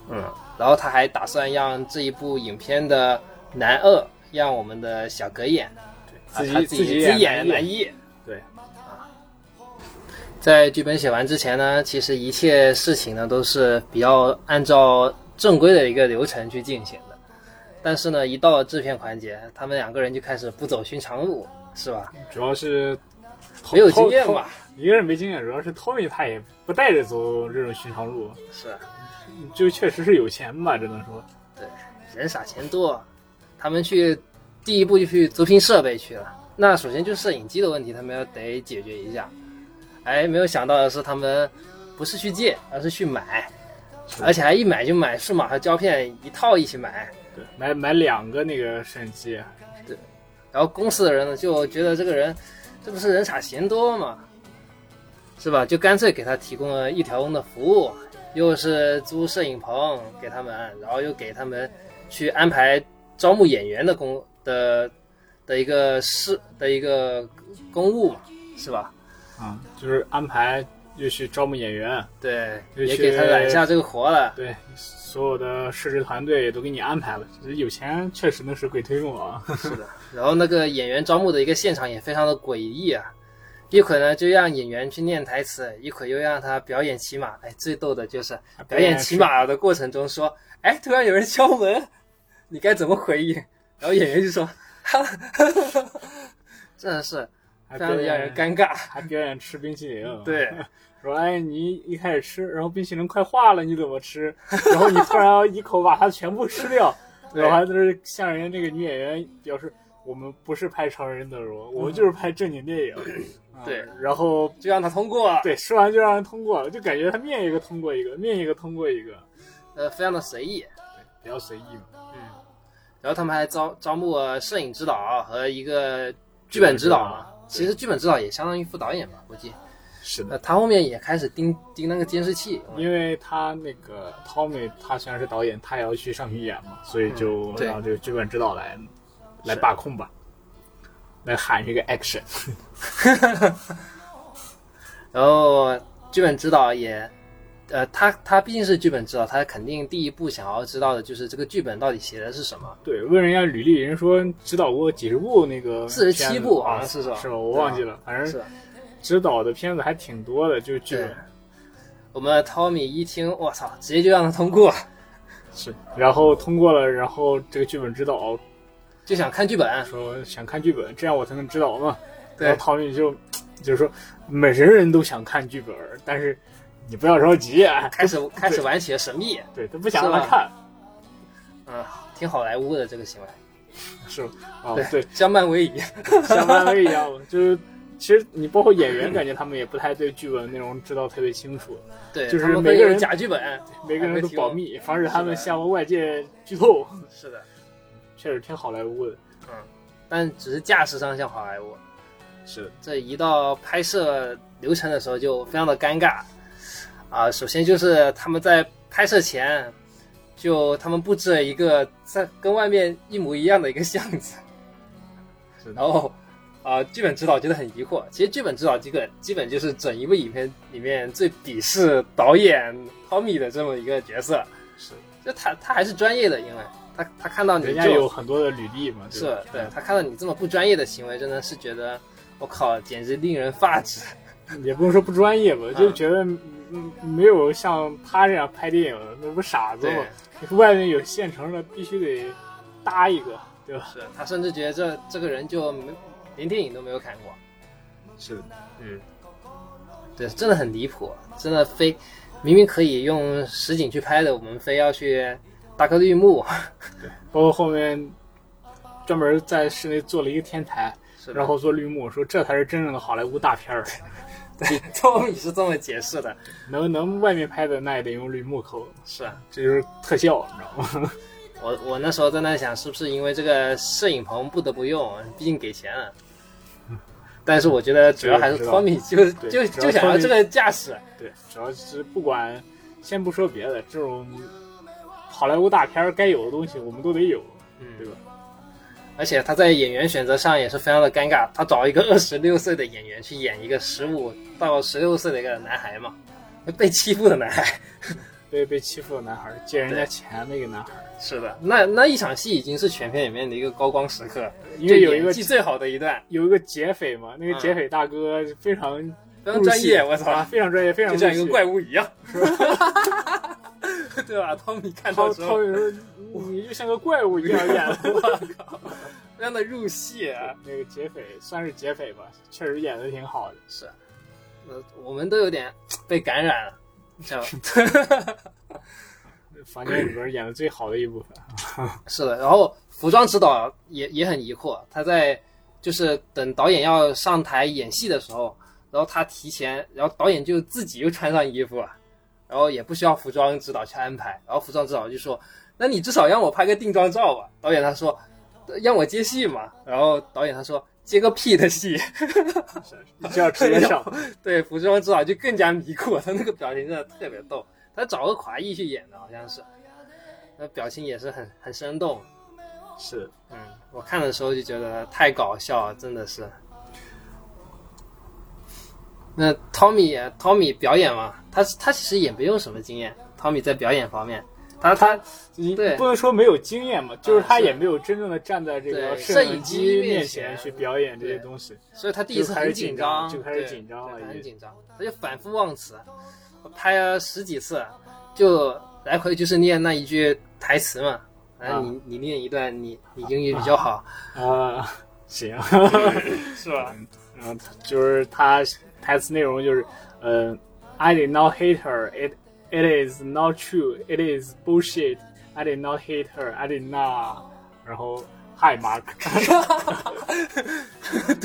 S1: 嗯，然后他还打算让这一部影片的男二，让我们的小格演，啊
S2: 自己、
S1: 他
S2: 自
S1: 己
S2: 演
S1: 演
S2: 男
S1: 男
S2: 一，
S1: 一。
S2: 对，
S1: 在剧本写完之前呢，其实一切事情呢都是比较按照正规的一个流程去进行的。但是呢，一到了制片环节，他们两个人就开始不走寻常路，是吧？
S2: 主要是
S1: 没有经验
S2: 偷
S1: 吧？
S2: 一个人没经验，主要是 Tommy 他也不带着走这种寻常路，
S1: 是啊，
S2: 就确实是有钱吧，只能说。
S1: 人傻钱多。他们去第一步就去租赁设备去了。那首先就是摄影机的问题，他们要得解决一下。哎，没有想到的是，他们不是去借，而是去买，而且还一买就买数码和胶片一套一起买。
S2: 对，买买两个那个摄影机，
S1: 然后公司的人呢就觉得这个人，这不是人傻钱多嘛，是吧？就干脆给他提供了一条龙的服务，又是租摄影棚给他们，然后又给他们去安排招募演员的工的的一个事的一个公务嘛，是吧？
S2: 啊、就是安排又去招募演员，
S1: 对，
S2: 尤其
S1: 也给他揽下这个活了。
S2: 对，所有的摄制团队也都给你安排了。只是有钱确实能使鬼推磨 啊，
S1: 然后那个演员招募的一个现场也非常的诡异啊，一会儿呢就让演员去念台词，一会儿又让他表演骑马。哎，最逗的啊就是表演骑马的过程中说：“哎，突然有人敲门，你该怎么回应？”然后演员就说：“哈哈哈哈，真的是
S2: 还
S1: 非
S2: 表
S1: 常的让人尴
S2: 演，
S1: 尬。
S2: 还表演吃冰淇淋。”，
S1: 对，
S2: 说哎，你一开始吃，然后冰淇淋快化了，你怎么吃？然后你突然要一口把它全部吃掉，
S1: 对
S2: 然后还就是向人家这个女演员表示。我们不是拍成人的容，我们就是拍正经电影。啊
S1: 嗯对
S2: 然后
S1: 就让他通过，
S2: 对，吃完就让人通过了，就感觉他面一个通过一个，面一个通过一个，
S1: 呃，非常的随意。
S2: 比较随意嘛。
S1: 然后他们还招招募了摄影指导和一个剧本指导嘛。其实剧本指导也相当于副导演吧，估计。
S2: 是
S1: 呃，，他后面也开始盯盯那个监视器，
S2: 因为他那个 Tommy，他虽然是导演，他也要去上巡演嘛，所以就
S1: 嗯对
S2: 让这个剧本指导来、
S1: 是
S2: 来把控吧，来喊这个 action。
S1: 然后剧本指导也，呃，他他毕竟是剧本指导，他肯定第一步想要知道的就是这个剧本到底写的是什么。
S2: 对，问人家履历，人说指导过几十部那个
S1: 47
S2: 片子
S1: 部好
S2: 啊，
S1: 像是吧
S2: 是吧？我忘记了，反正
S1: 是，
S2: 指导的片子还挺多的，就是剧
S1: 对
S2: 本
S1: 我们 Tommy 一听，我操，直接就让他通过。
S2: 是，然后通过了，然后这个剧本指导
S1: 就想看剧本，啊
S2: 说想看剧本，这样我才能知道嘛。
S1: 对
S2: 然后讨论就就是说，每人人都想看剧本，但是你不要着急啊，
S1: 开始开始玩起了神秘，
S2: 对他不想
S1: 是
S2: 让他
S1: 吧
S2: 看，
S1: 嗯，挺好莱坞的这个行为，
S2: 是吧哦对，
S1: 像漫威一样，
S2: 像漫威一样，就是其实你包括演员，感觉他们也不太对剧本内容知道特别清楚，
S1: 对，
S2: 就是
S1: 他们
S2: 每
S1: 会
S2: 个
S1: 有
S2: 人
S1: 假剧本，
S2: 每个人
S1: 还
S2: 都
S1: 会提供
S2: 保密，防止他们
S1: 是的
S2: 向外界剧透，
S1: 是的，
S2: 确实挺好莱坞的。
S1: 但只是架势上像好莱坞，
S2: 是
S1: 这一到拍摄流程的时候就非常的尴尬啊。首先就是他们在拍摄前，就他们布置了一个在跟外面一模一样的一个巷子
S2: 是，的
S1: 然后啊，剧本指导觉得很疑惑。其实剧本指导这个基本就是整一部影片里面最鄙视导演 Tommy 的这么一个角色，
S2: 是，
S1: 就他他还是专业的，因为他他看到你
S2: 人家
S1: 就
S2: 有很多的履历嘛，对
S1: 是
S2: 吧，
S1: 对他看到你这么不专业的行为，真的是觉得我靠，简直令人发指。
S2: 也不能说不专业吧，就觉得嗯没有像他这样拍电影的，那不傻子吗？外面有现成的，必须得搭一个，对吧？
S1: 是他甚至觉得这这个人就没连电影都没有看过，
S2: 是，
S1: 嗯，对，真的很离谱，真的非明明可以用实景去拍的，我们非要去搭个绿幕，
S2: 包括后面专门在室内做了一个天台，
S1: 是吧
S2: 然后做绿幕，说这才是真正的好莱坞大片儿。
S1: 对，托米是这么解释的，
S2: 能能外面拍的那也得用绿幕抠，
S1: 是啊
S2: 这就是特效，你知道吗？
S1: 我我那时候在那想，是不是因为这个摄影棚不得不用，毕竟给钱了。但是我觉得主要还是
S2: 知道
S1: 托米就
S2: 对
S1: 就
S2: 主要
S1: 就想要
S2: Tommy-
S1: 这个架势，
S2: 对，主要是不管，先不说别的，这种好莱坞大片儿该有的东西我们都得有，
S1: 嗯
S2: 对吧？
S1: 而且他在演员选择上也是非常的尴尬，他找一个二十六岁的演员去演一个十五到十六岁的一个男孩嘛，被欺负的男孩。
S2: 被被欺负的男孩儿，借人家
S1: 对
S2: 钱那个男孩儿，
S1: 是的，那那一场戏已经是全片里面的一个高光时刻，
S2: 因为有
S1: 就
S2: 一
S1: 演
S2: 个
S1: 技最好的一段，
S2: 有一个劫匪嘛，那个
S1: 嗯
S2: 劫匪大哥非常
S1: 非常专业，
S2: 入戏
S1: 我操
S2: 啊，非常专业，非常
S1: 就像一
S2: 入
S1: 个
S2: 戏
S1: 怪物一 样，对吧？汤米看到
S2: 涛
S1: 的时候
S2: 涛，宇说你你就像个怪物一样演的。
S1: 让他入戏、啊，
S2: 那个劫匪算是劫匪吧，确实演的挺好的。
S1: 是，呃，我们都有点被感染了，你知道吧？
S2: 房间里边演的最好的一部分，
S1: 是的，然后服装指导也也很疑惑，他在就是等导演要上台演戏的时候，然后他提前，然后导演就自己又穿上衣服啊，然后也不需要服装指导去安排，然后服装指导就说：“那你至少让我拍个定妆照吧。”导演他说：“呃让我接戏嘛。”然后导演他说：“接个屁的戏。
S2: 就要直接上。”
S1: 对，服装指导就更加迷惑，他那个表情真的特别逗，他找个华裔去演的，好像是，那表情也是很很生动。
S2: 是，
S1: 嗯，我看的时候就觉得太搞笑了，真的是。那 Tommy 呃 Tommy 表演嘛，他他其实也没有什么经验。Tommy 在表演方面，他他
S2: 你
S1: 对
S2: 不能说没有经验嘛，就是
S1: 嗯
S2: 他
S1: 是
S2: 也没有真正的站在这个
S1: 对
S2: 摄
S1: 摄影
S2: 影
S1: 机
S2: 机面
S1: 面
S2: 前
S1: 前
S2: 去表演这些
S1: 对
S2: 东西。
S1: 所以他第一次很紧张，
S2: 就开始紧张
S1: 对
S2: 就开始紧张了
S1: 对他很紧张，
S2: 已经
S1: 他就反复忘词，我拍了十几次，就来回就是念那一句台词嘛。反正你、你念一段，你你英语比较好，
S2: 啊，行，
S1: 是吧？
S2: 然后就是他台词内容就是，呃，I did not hate her. It it is not true. It is bullshit. I did not hate her. I did not. 然后 Hi Mark，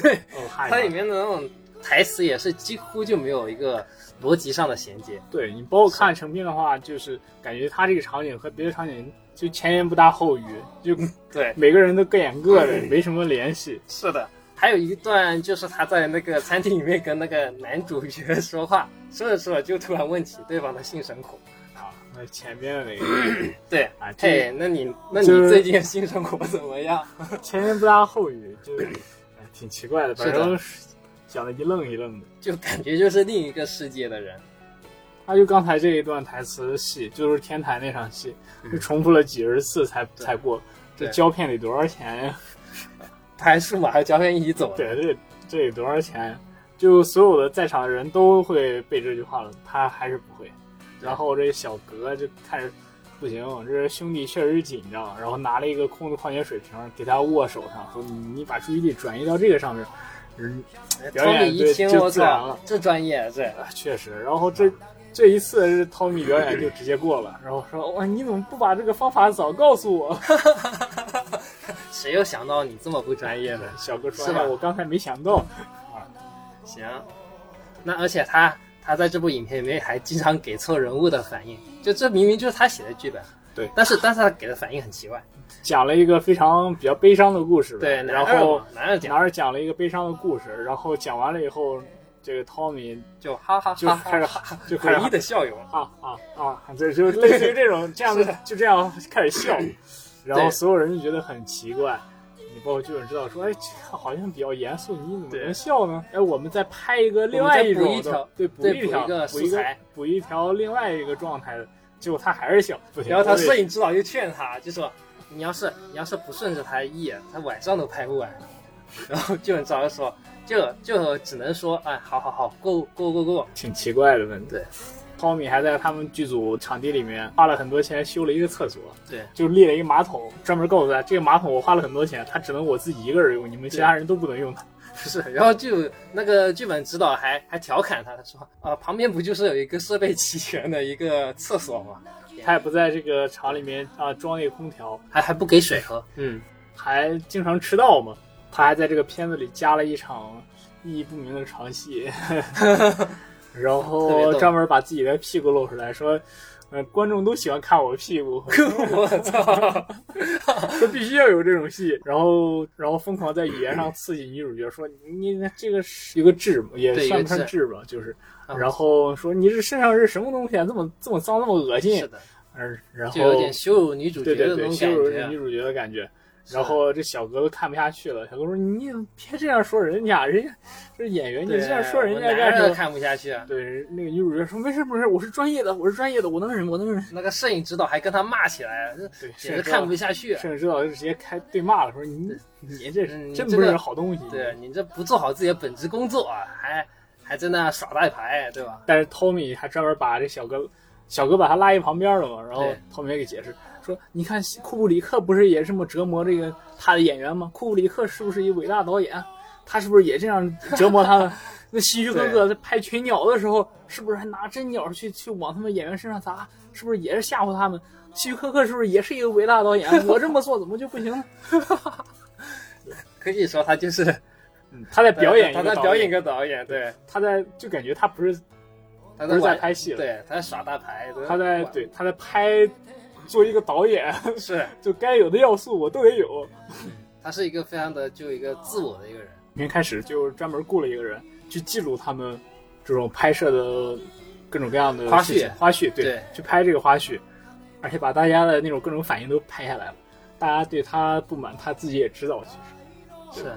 S1: 对，
S2: 哦 Hi
S1: 它里
S2: Mark，
S1: 面的那种台词也是几乎就没有一个逻辑上的衔接。
S2: 对你包括看成片的话，就是感觉他这个场景和别的场景就前言不搭后语，就
S1: 对，
S2: 每个人都各演各的，没什么联系。
S1: 是的。还有一段就是他在那个餐厅里面跟那个男主角说话，说着说着就突然问起对方的性生活。
S2: 啊，那前面的那个
S1: 对，
S2: 啊，这
S1: 嘿，那你那你
S2: 就是
S1: 最近的性生活怎么 样？
S2: 前言不搭后语，就哎挺奇怪的，反
S1: 是的
S2: 正讲的一愣一愣的。
S1: 就感觉就是另一个世界的人。
S2: 他就刚才这一段台词的戏，就是天台那场戏，就重复了几十次才
S1: 对
S2: 才过。这
S1: 对
S2: 胶片得多少钱 呀？
S1: 拍数码和胶片一起走。
S2: 对，这这得多少钱呀？就所有的在场的人都会背这句话了，他还是不会。然后这小格就开始不行，这兄弟确实紧张，然后拿了一个空的矿泉水瓶给他握手上，说你你把注意力转移到这个上面。嗯，表
S1: 汤米
S2: 演
S1: 一
S2: 对
S1: 听，
S2: 就
S1: 我
S2: 自然
S1: 操
S2: 了，，
S1: 这专业 这。
S2: 啊确实。然后这这一次是汤米表演就直接过了，然后说哇你怎么不把这个方法早告诉我？
S1: 谁又想到你这么不专业呢？
S2: 小哥说
S1: 是吧
S2: 哎我刚才没想到。
S1: 行，那而且他他在这部影片里面还经常给错人物的反应，就这明明就是他写的剧本，
S2: 对
S1: 但是但是他给的反应很奇怪，
S2: 讲了一个非常比较悲伤的故事吧，
S1: 对，
S2: 然后
S1: 男二
S2: 哪
S1: 讲
S2: 儿讲了一个悲伤的故事，然后讲完了以后，这个 Tommy
S1: 就哈哈
S2: 就
S1: 哈
S2: 开
S1: 哈
S2: 始
S1: 哈
S2: 就开
S1: 诡异
S2: 始
S1: 的笑容，
S2: 啊啊啊，这就类似于这种这样子，就这样开始 笑，然后
S1: 对
S2: 所有人就觉得很奇怪。你包括剧本知道说，哎，这好像比较严肃，你怎么
S1: 对
S2: 能笑呢？哎，我们再拍一个另
S1: 我们再
S2: 外一
S1: 补
S2: 种
S1: 一条
S2: 的，对，补
S1: 对
S2: 一
S1: 补
S2: 条，
S1: 一个
S2: 补
S1: 素
S2: 一个
S1: 材，
S2: 补一条另外一个状态的，结果他还是笑，不行
S1: 然后他
S2: 我得
S1: 摄影指导就劝他，就说你要是你要是不顺着他的意，他晚上都拍不完。 然后就很早就说，就就只能说，哎，好好好，go go go go，
S2: 挺奇怪的问题。
S1: 对
S2: 汤米还在他们剧组场地里面花了很多钱修了一个厕所，
S1: 对，
S2: 就立了一个马桶，专门告诉他这个马桶我花了很多钱，它只能我自己一个人用，你们其他人都不能用它。
S1: 是。然后就那个剧本指导还还调侃他，他说，啊，旁边不就是有一个设备齐全的一个厕所吗？
S2: 他也不在这个厂里面啊装一个空调，
S1: 还还不给水喝，嗯，
S2: 还经常迟到嘛。他还在这个片子里加了一场意义不明的 长戏，然
S1: 特别
S2: 后
S1: 逗
S2: 专门把自己的屁股露出来说。呃，观众都喜欢看我屁股，
S1: 我 操，
S2: 就必须要有这种戏，然后然后疯狂在语言上刺激女主角说你你这个是一个痣嘛，也
S1: 对
S2: 算不
S1: 一
S2: 上
S1: 个
S2: 痣吧，就是，
S1: 嗯
S2: 然后说你这身上是什么东西啊，这么这么脏，这么恶
S1: 是
S2: 心，
S1: 的，
S2: 嗯，然后
S1: 就有点羞辱女主角
S2: 对对
S1: 的那，
S2: 对
S1: 种
S2: 羞
S1: 感
S2: 辱
S1: 觉啊
S2: 女。主角的感觉。
S1: 是
S2: 然后这小哥都看不下去了，小哥说：“你别这样说人家，人家是演员，你
S1: 对
S2: 这样说人
S1: 我
S2: 家
S1: 男
S2: 干
S1: 人
S2: 什么
S1: 看不下去啊？”。
S2: 对，那个女主角说：“没事没事，我是专业的，我是专业的，我能忍，我能忍。
S1: 那个摄影指导还跟他骂起来，这”
S2: 对，
S1: 简直
S2: 啊
S1: 看不下去。啊
S2: 甚至指导就直接开对骂了，说你你这
S1: 嗯你
S2: 真
S1: 这
S2: 不是
S1: 个
S2: 好东西。
S1: 对你这不做好自己的本职工作啊，还还在那耍大牌，对吧？
S2: 但是 Tommy 还专门把这小哥，小哥把他拉一旁边了嘛，然后
S1: 对
S2: Tommy 也给解释说，你看库布里克不是也这么折磨这个他的演员吗？库布里克是不是一伟大导演？啊他是不是也这样折磨他 们？那希区柯克在拍《群鸟》的时候，是不是还拿真鸟去去往他们演员身上砸？是不是也是吓唬他们？希区柯克是不是也是一个伟大导演？啊 我这么做怎么就不行呢？
S1: 可以说他就是
S2: 他在 表演
S1: 嗯
S2: 一
S1: 他
S2: 个
S1: 在
S2: 导
S1: 表演一
S2: 演，
S1: 个导演，对，
S2: 他在就感觉他不是
S1: 他
S2: 不
S1: 在
S2: 是在
S1: 玩，
S2: 拍戏了，
S1: 对，他在耍大牌，
S2: 他在对他在拍做一个导演。
S1: 是，
S2: 就该有的要素我都得有。
S1: 他是一个非常的就一个自我的一个人，
S2: 明天开始就专门雇了一个人去记录他们这种拍摄的各种各样的
S1: 花絮
S2: 事情花絮对，
S1: 对
S2: 去拍这个花絮，而且把大家的那种各种反应都拍下来了。大家对他不满，他自己也知道，其实
S1: 是。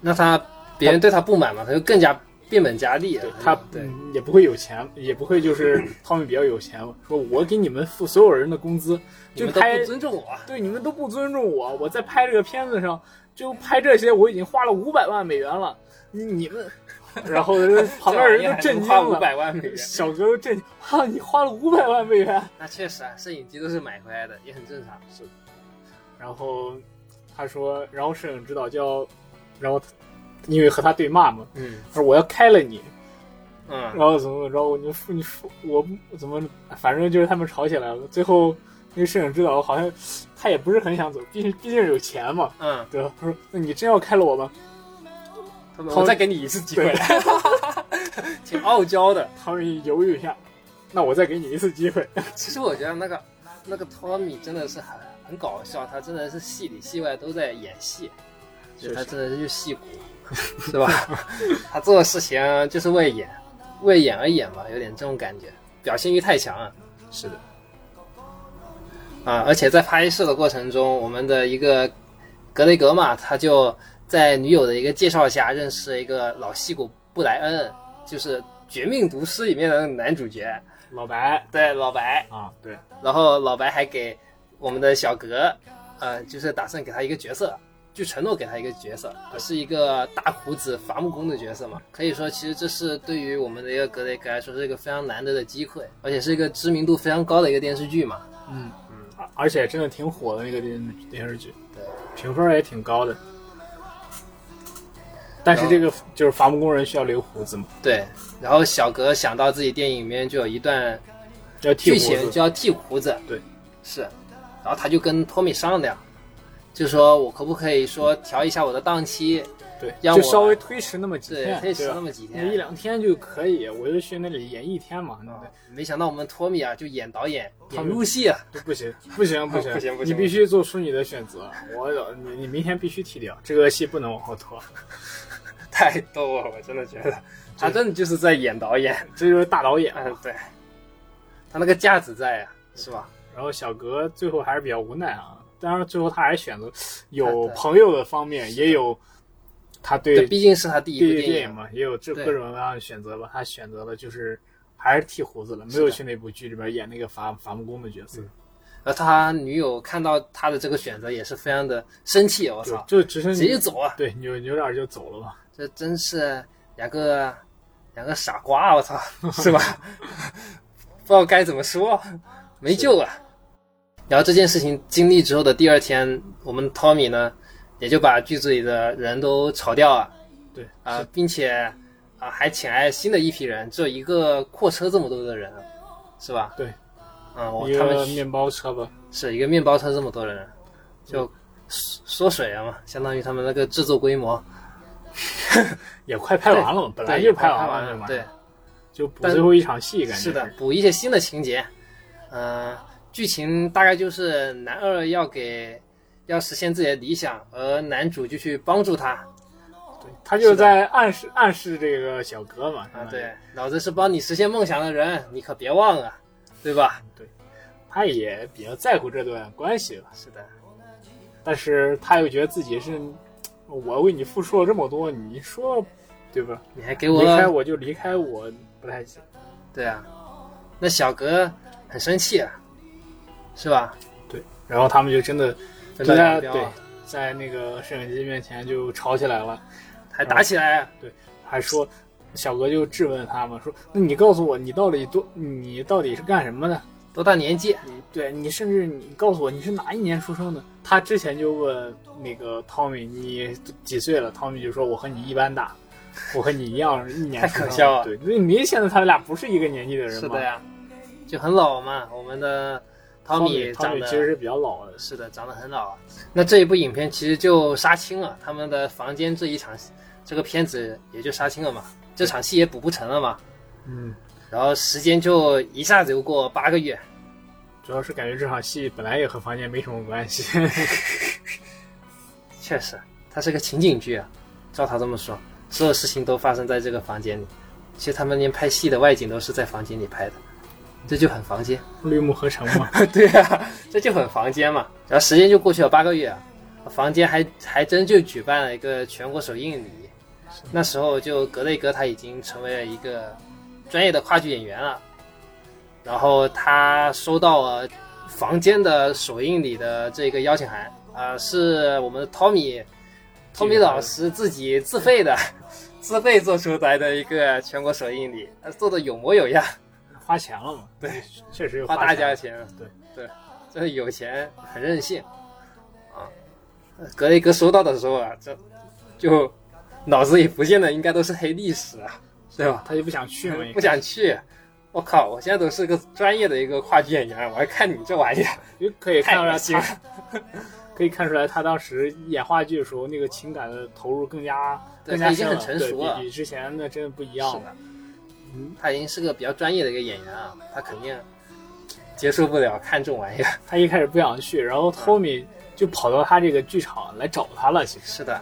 S1: 那他别人对他不满嘛，他就更加变本加厉了，
S2: 他
S1: 对
S2: 嗯也不会有钱，也不会就是 他们比较有钱，说我给你们付所有人的工资，
S1: 你
S2: 就
S1: 们都
S2: 拍
S1: 不尊重我，啊
S2: 对你们都不尊重我，我在拍这个片子上就拍这些，我已经花了五百万美元了，你你们， 然后人旁边人都震惊
S1: 花五
S2: 了，
S1: 百万美元，
S2: 小哥都震惊，啊，你花了五百万美元，
S1: 那确实啊，摄影机都是买回来的，也很正常，是
S2: 然后他说，然后摄影指导叫，然后他因为和他对骂嘛，
S1: 嗯
S2: 他说我要开了你，
S1: 嗯
S2: 然，后怎么怎么着，我就付你付我不怎么，反正就是他们吵起来了，最后那个摄影指导好像他也不是很想走，毕竟毕竟有钱嘛。
S1: 嗯，
S2: 对吧？他说：“那你真要开了我吗？”
S1: 他们我再给你一次机会
S2: 对，
S1: 挺傲娇的。
S2: 汤米犹豫一下，那我再给你一次机会。
S1: 其实我觉得那个那个 Tommy 真的是很很搞笑，他真的是戏里戏外都在演戏，就他真的是戏骨， 是吧？他做的事情就是为演，为演而演吧，有点这种感觉，表现欲太强了。
S2: 是的，
S1: 啊，而且在拍摄的过程中，我们的一个格雷格嘛，他就在女友的一个介绍下认识了一个老戏骨布莱恩，就是《绝命毒师》里面的男主角，
S2: 老白
S1: 对老白。
S2: 啊，对，
S1: 然后老白还给我们的小格，呃，就是打算给他一个角色，就承诺给他一个角色，是一个大胡子伐木工的角色嘛。可以说，其实这是对于我们的一个格雷格来说是一个非常难得的机会，而且是一个知名度非常高的一个电视剧嘛。
S2: 嗯嗯，而且真的挺火的那个电电视剧，
S1: 对，
S2: 评分也挺高的。但是这个就是伐木工人需要留胡子嘛，
S1: 对，然后小格想到自己电影里面就有一段
S2: 要剃
S1: 剧
S2: 胡
S1: 情
S2: 子。
S1: 就要剃胡子，
S2: 对，
S1: 是，然后他就跟托米商量，就说我可不可以说调一下我的档期，
S2: 对，
S1: 让
S2: 就
S1: 我
S2: 稍微推迟那么几
S1: 对
S2: 天，，
S1: 可以迟
S2: 对吧
S1: 那么几
S2: 那一
S1: 天。
S2: 两天就可以，我就去那里演一天嘛，对不对？
S1: 没想到我们托米啊，就演导演
S2: 他
S1: 演
S2: 们
S1: 入戏啊了，
S2: 这不行，不行，不 行，
S1: 不行不
S2: 你
S1: 行
S2: 必须做出你的选择。我，你，你明天必须剃掉这个戏，不能往后拖。
S1: 太逗了，我真的觉得他真的就是在演导演。
S2: 这就是大导演。
S1: 嗯，对，他那个架子在啊，是吧？
S2: 然后小格最后还是比较无奈啊，当然最后他还 选择有
S1: 对对
S2: 朋友的方面，也有他对
S1: 毕竟是他第一
S2: 对
S1: 部
S2: 于电
S1: 电
S2: 影
S1: 影，
S2: 嘛，也有这
S1: 对
S2: 各种各样的选择吧。他选择了就是还是剃胡子了，没有去那部剧里边演那个伐伐木工的角
S1: 嗯
S2: 色，
S1: 而他女友看到他的这个选择也是非常的生气，我
S2: 就
S1: 操，
S2: 就直升
S1: 直接走啊！
S2: 对扭扭脸就走了嘛。
S1: 这真是两个两个傻瓜，啊我操，是吧？不知道该怎么说，没救了。然后这件事情经历之后的第二天，我们 Tommy 呢也就把剧组里的人都炒掉了
S2: 对，
S1: 啊、并且啊、还请来新的一批人，只有一个货车这么多的人，啊是吧？
S2: 对，
S1: 嗯，我
S2: 一
S1: 他
S2: 个
S1: 们
S2: 面包车吧，
S1: 是一个面包车这么多的人，就
S2: 嗯
S1: 缩缩水了嘛，相当于他们那个制作规模
S2: 也快拍完了嘛，本来
S1: 对
S2: 就
S1: 拍
S2: 完
S1: 完
S2: 嘛，
S1: 对。，
S2: 就补
S1: 但
S2: 最后一场戏，感觉
S1: 是的，补一些新的情节。嗯、剧情大概就是男二要给要实现自己的理想，而男主就去帮助他啊
S2: 对他就是在暗示暗示这个小格嘛，
S1: 啊，
S2: 相当于
S1: 对，老子是帮你实现梦想的人，你可别忘了，对吧？
S2: 他也比较在乎这段关系吧，
S1: 是的，
S2: 但是他又觉得自己是，我为你付出了这么多，你说对吧？
S1: 你还给
S2: 离开
S1: 我
S2: 我就离开我，不太行。
S1: 对啊，那小格很生气啊，是吧？
S2: 然后他们就真的
S1: 分
S2: 就
S1: 道
S2: 在
S1: 扬镳
S2: 对
S1: 啊，
S2: 在那个摄影机面前就吵起来了，
S1: 还打起来啊，
S2: 还说小格就质问他们说：“那你告诉我，你到底多你到底是干什么的？
S1: 多大年纪？
S2: 你对你甚至你告诉我你是哪一年出生的？”他之前就问那个 Tommy 你几岁了？Tommy 就说：“我和你一般大。”我和你一样，一年
S1: 太
S2: 出生
S1: 可笑了
S2: 对，那明显的他们俩不是一个年纪的人嘛。
S1: 是的呀，就很老嘛。我们的汤米
S2: 汤
S1: 长
S2: 米
S1: 得
S2: 其实是比较老的，
S1: 是的，长得很老。啊那这一部影片其实就杀青了，他们的房间这一场，这个片子也就杀青了嘛，这场戏也补不成了嘛。
S2: 嗯，
S1: 然后时间就一下子又过八个月，
S2: 主要是感觉这场戏本来也和房间没什么关系，
S1: 确实，它是个情景剧啊。照他这么说，所有事情都发生在这个房间里。其实他们连拍戏的外景都是在房间里拍的，这就很房间。
S2: 绿幕合成 嘛，
S1: 对啊，这就很房间嘛。然后时间就过去了八个月啊，房间还还真就举办了一个全国首映礼。那时候就格雷格他已经成为了一个专业的话剧演员了，然后他收到了房间的首映礼的这个邀请函啊、呃是我们的 Tommy Tommy 老师自己自费的。 自费做出来的一个全国首映礼，呃做的有模有样，
S2: 花钱了嘛，对，确实
S1: 花大
S2: 大
S1: 价
S2: 家
S1: 钱了。
S2: 对
S1: 对，真的有钱很任性啊！格雷格收到的时候啊，这就脑子里浮现的应该都是黑历史啊，对吧？
S2: 他就不想去嘛，
S1: 不想去，我靠！我现在都是个专业的一个话剧演员，我还看你这玩意儿，
S2: 就可以看出
S1: 太
S2: 来
S1: 恶心了
S2: 他， 可以看出来他当时演话剧的时候那个情感的投入更加
S1: 对
S2: 更
S1: 他
S2: 加
S1: 已经很
S2: 深了
S1: 成
S2: 对
S1: 熟
S2: 比
S1: 了
S2: 比之前的真的不一
S1: 是
S2: 样了。
S1: 的，嗯他已经是个比较专业的一个演员啊，他肯定接受不了看这种玩意儿。
S2: 他一开始不想去，然后 Tommy 就跑到他这个剧场来找他了，其实
S1: 是的，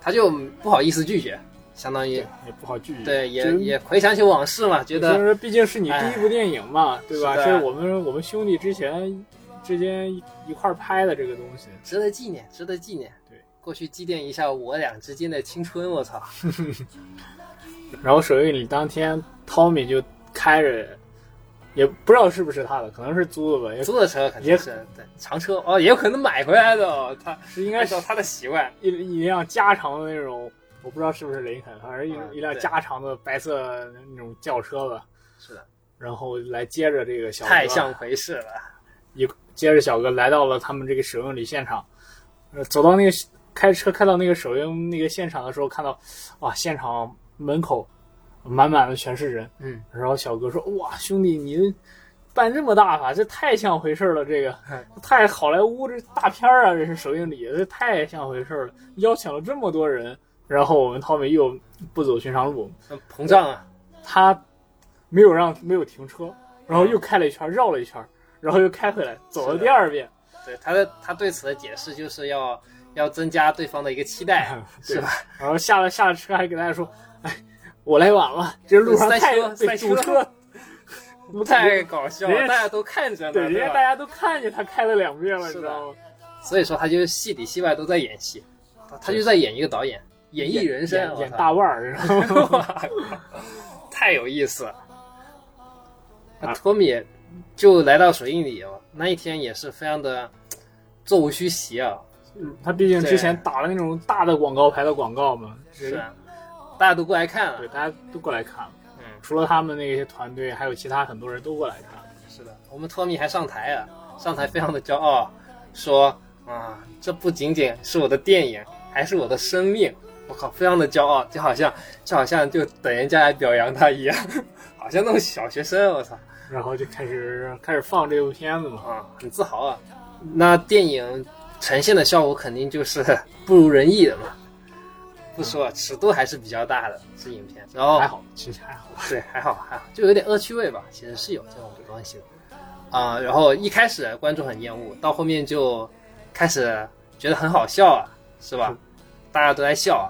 S1: 他就不好意思拒绝，相当于
S2: 也不好拒绝，
S1: 对也
S2: 嗯就是
S1: 也回想起往事嘛，觉
S2: 就
S1: 得哎
S2: 是毕竟是你第一部电影嘛，对吧？
S1: 是的
S2: 是我们我们兄弟之前之间一一块儿拍的这个东西，
S1: 值得纪念，值得纪念。
S2: 对，
S1: 过去祭奠一下我俩之间的青春。我操，
S2: 然后首映礼当天，Tommy 就开着也不知道是不是他的，可能是租的吧，也
S1: 租的车肯定是对长车哦，也有可能买回来的、哦。他
S2: 是应
S1: 按
S2: 该
S1: 照
S2: 是
S1: 他的习惯，
S2: 一一辆加长的那种，我不知道是不是林肯，反正一、
S1: 嗯
S2: 一辆
S1: 对
S2: 加长的白色那种轿车吧，
S1: 是的，
S2: 然后来接着这个小哥，啊
S1: 太像回事了。
S2: 接着小哥来到了他们这个首映礼现场，呃，走到那个开车开到那个首映那个现场的时候，看到哇，现场门口满满的全是人，
S1: 嗯，
S2: 然后小哥说：“哇，兄弟，你办这么大法，这太像回事儿了，这个
S1: 嗯
S2: 太好莱坞这大片儿啊，这是首映礼，这太像回事儿了，邀请了这么多人。”然后我们汤米又不走寻常路，
S1: 那膨胀啊，
S2: 他没有让没有停车，然后又开了一圈，绕了一圈，然后又开回来，走了第二遍，
S1: 对他的他对此的解释就是要要增加对方的一个期待，
S2: 对
S1: 是吧？
S2: 然后下了下了车还给大家说：“哎，我来晚了，这路上
S1: 塞
S2: 太
S1: 车塞
S2: 对堵
S1: 车
S2: 车，
S1: 不太搞笑，
S2: 人
S1: 大
S2: 家
S1: 家都看着呢，
S2: 对，人家
S1: 吧
S2: 大家都看见他开了两遍了，
S1: 是
S2: 你知
S1: 的
S2: 道吗？”
S1: 所以说他就是戏里戏外都在演戏，他他就在演一个导演，演绎人生，啊
S2: 演
S1: 我
S2: 演
S1: 操
S2: 大腕儿，然 后
S1: 太有意思了。那托米就来到首映礼哦，那一天也是非常的座无虚席啊，
S2: 嗯他毕竟之前打了那种大的广告牌的广告嘛，
S1: 是啊，大家都过来看
S2: 对，
S1: 了，
S2: 大家都过来看了，
S1: 嗯，
S2: 除了他们那些团队，还有其他很多人都过来看了。
S1: 是的，我们托米还上台啊，上台非常的骄傲，说啊，这不仅仅是我的电影，还是我的生命，我靠，非常的骄傲，就好像就好像就等人家来表扬他一样， 好像那种小学生，我操。
S2: 然后就开始开始放这部片子嘛，
S1: 啊，很自豪啊。那电影呈现的效果肯定就是 不如人意的嘛。不说了，尺度还是比较大的，是影片。然后
S2: 还好，其实还好。
S1: 对，还好还好，就有点恶趣味吧，其实是有这种没关系的啊、然后一开始观众很厌恶，到后面就开始觉得很好笑啊，是吧
S2: 是？
S1: 大家都在笑啊，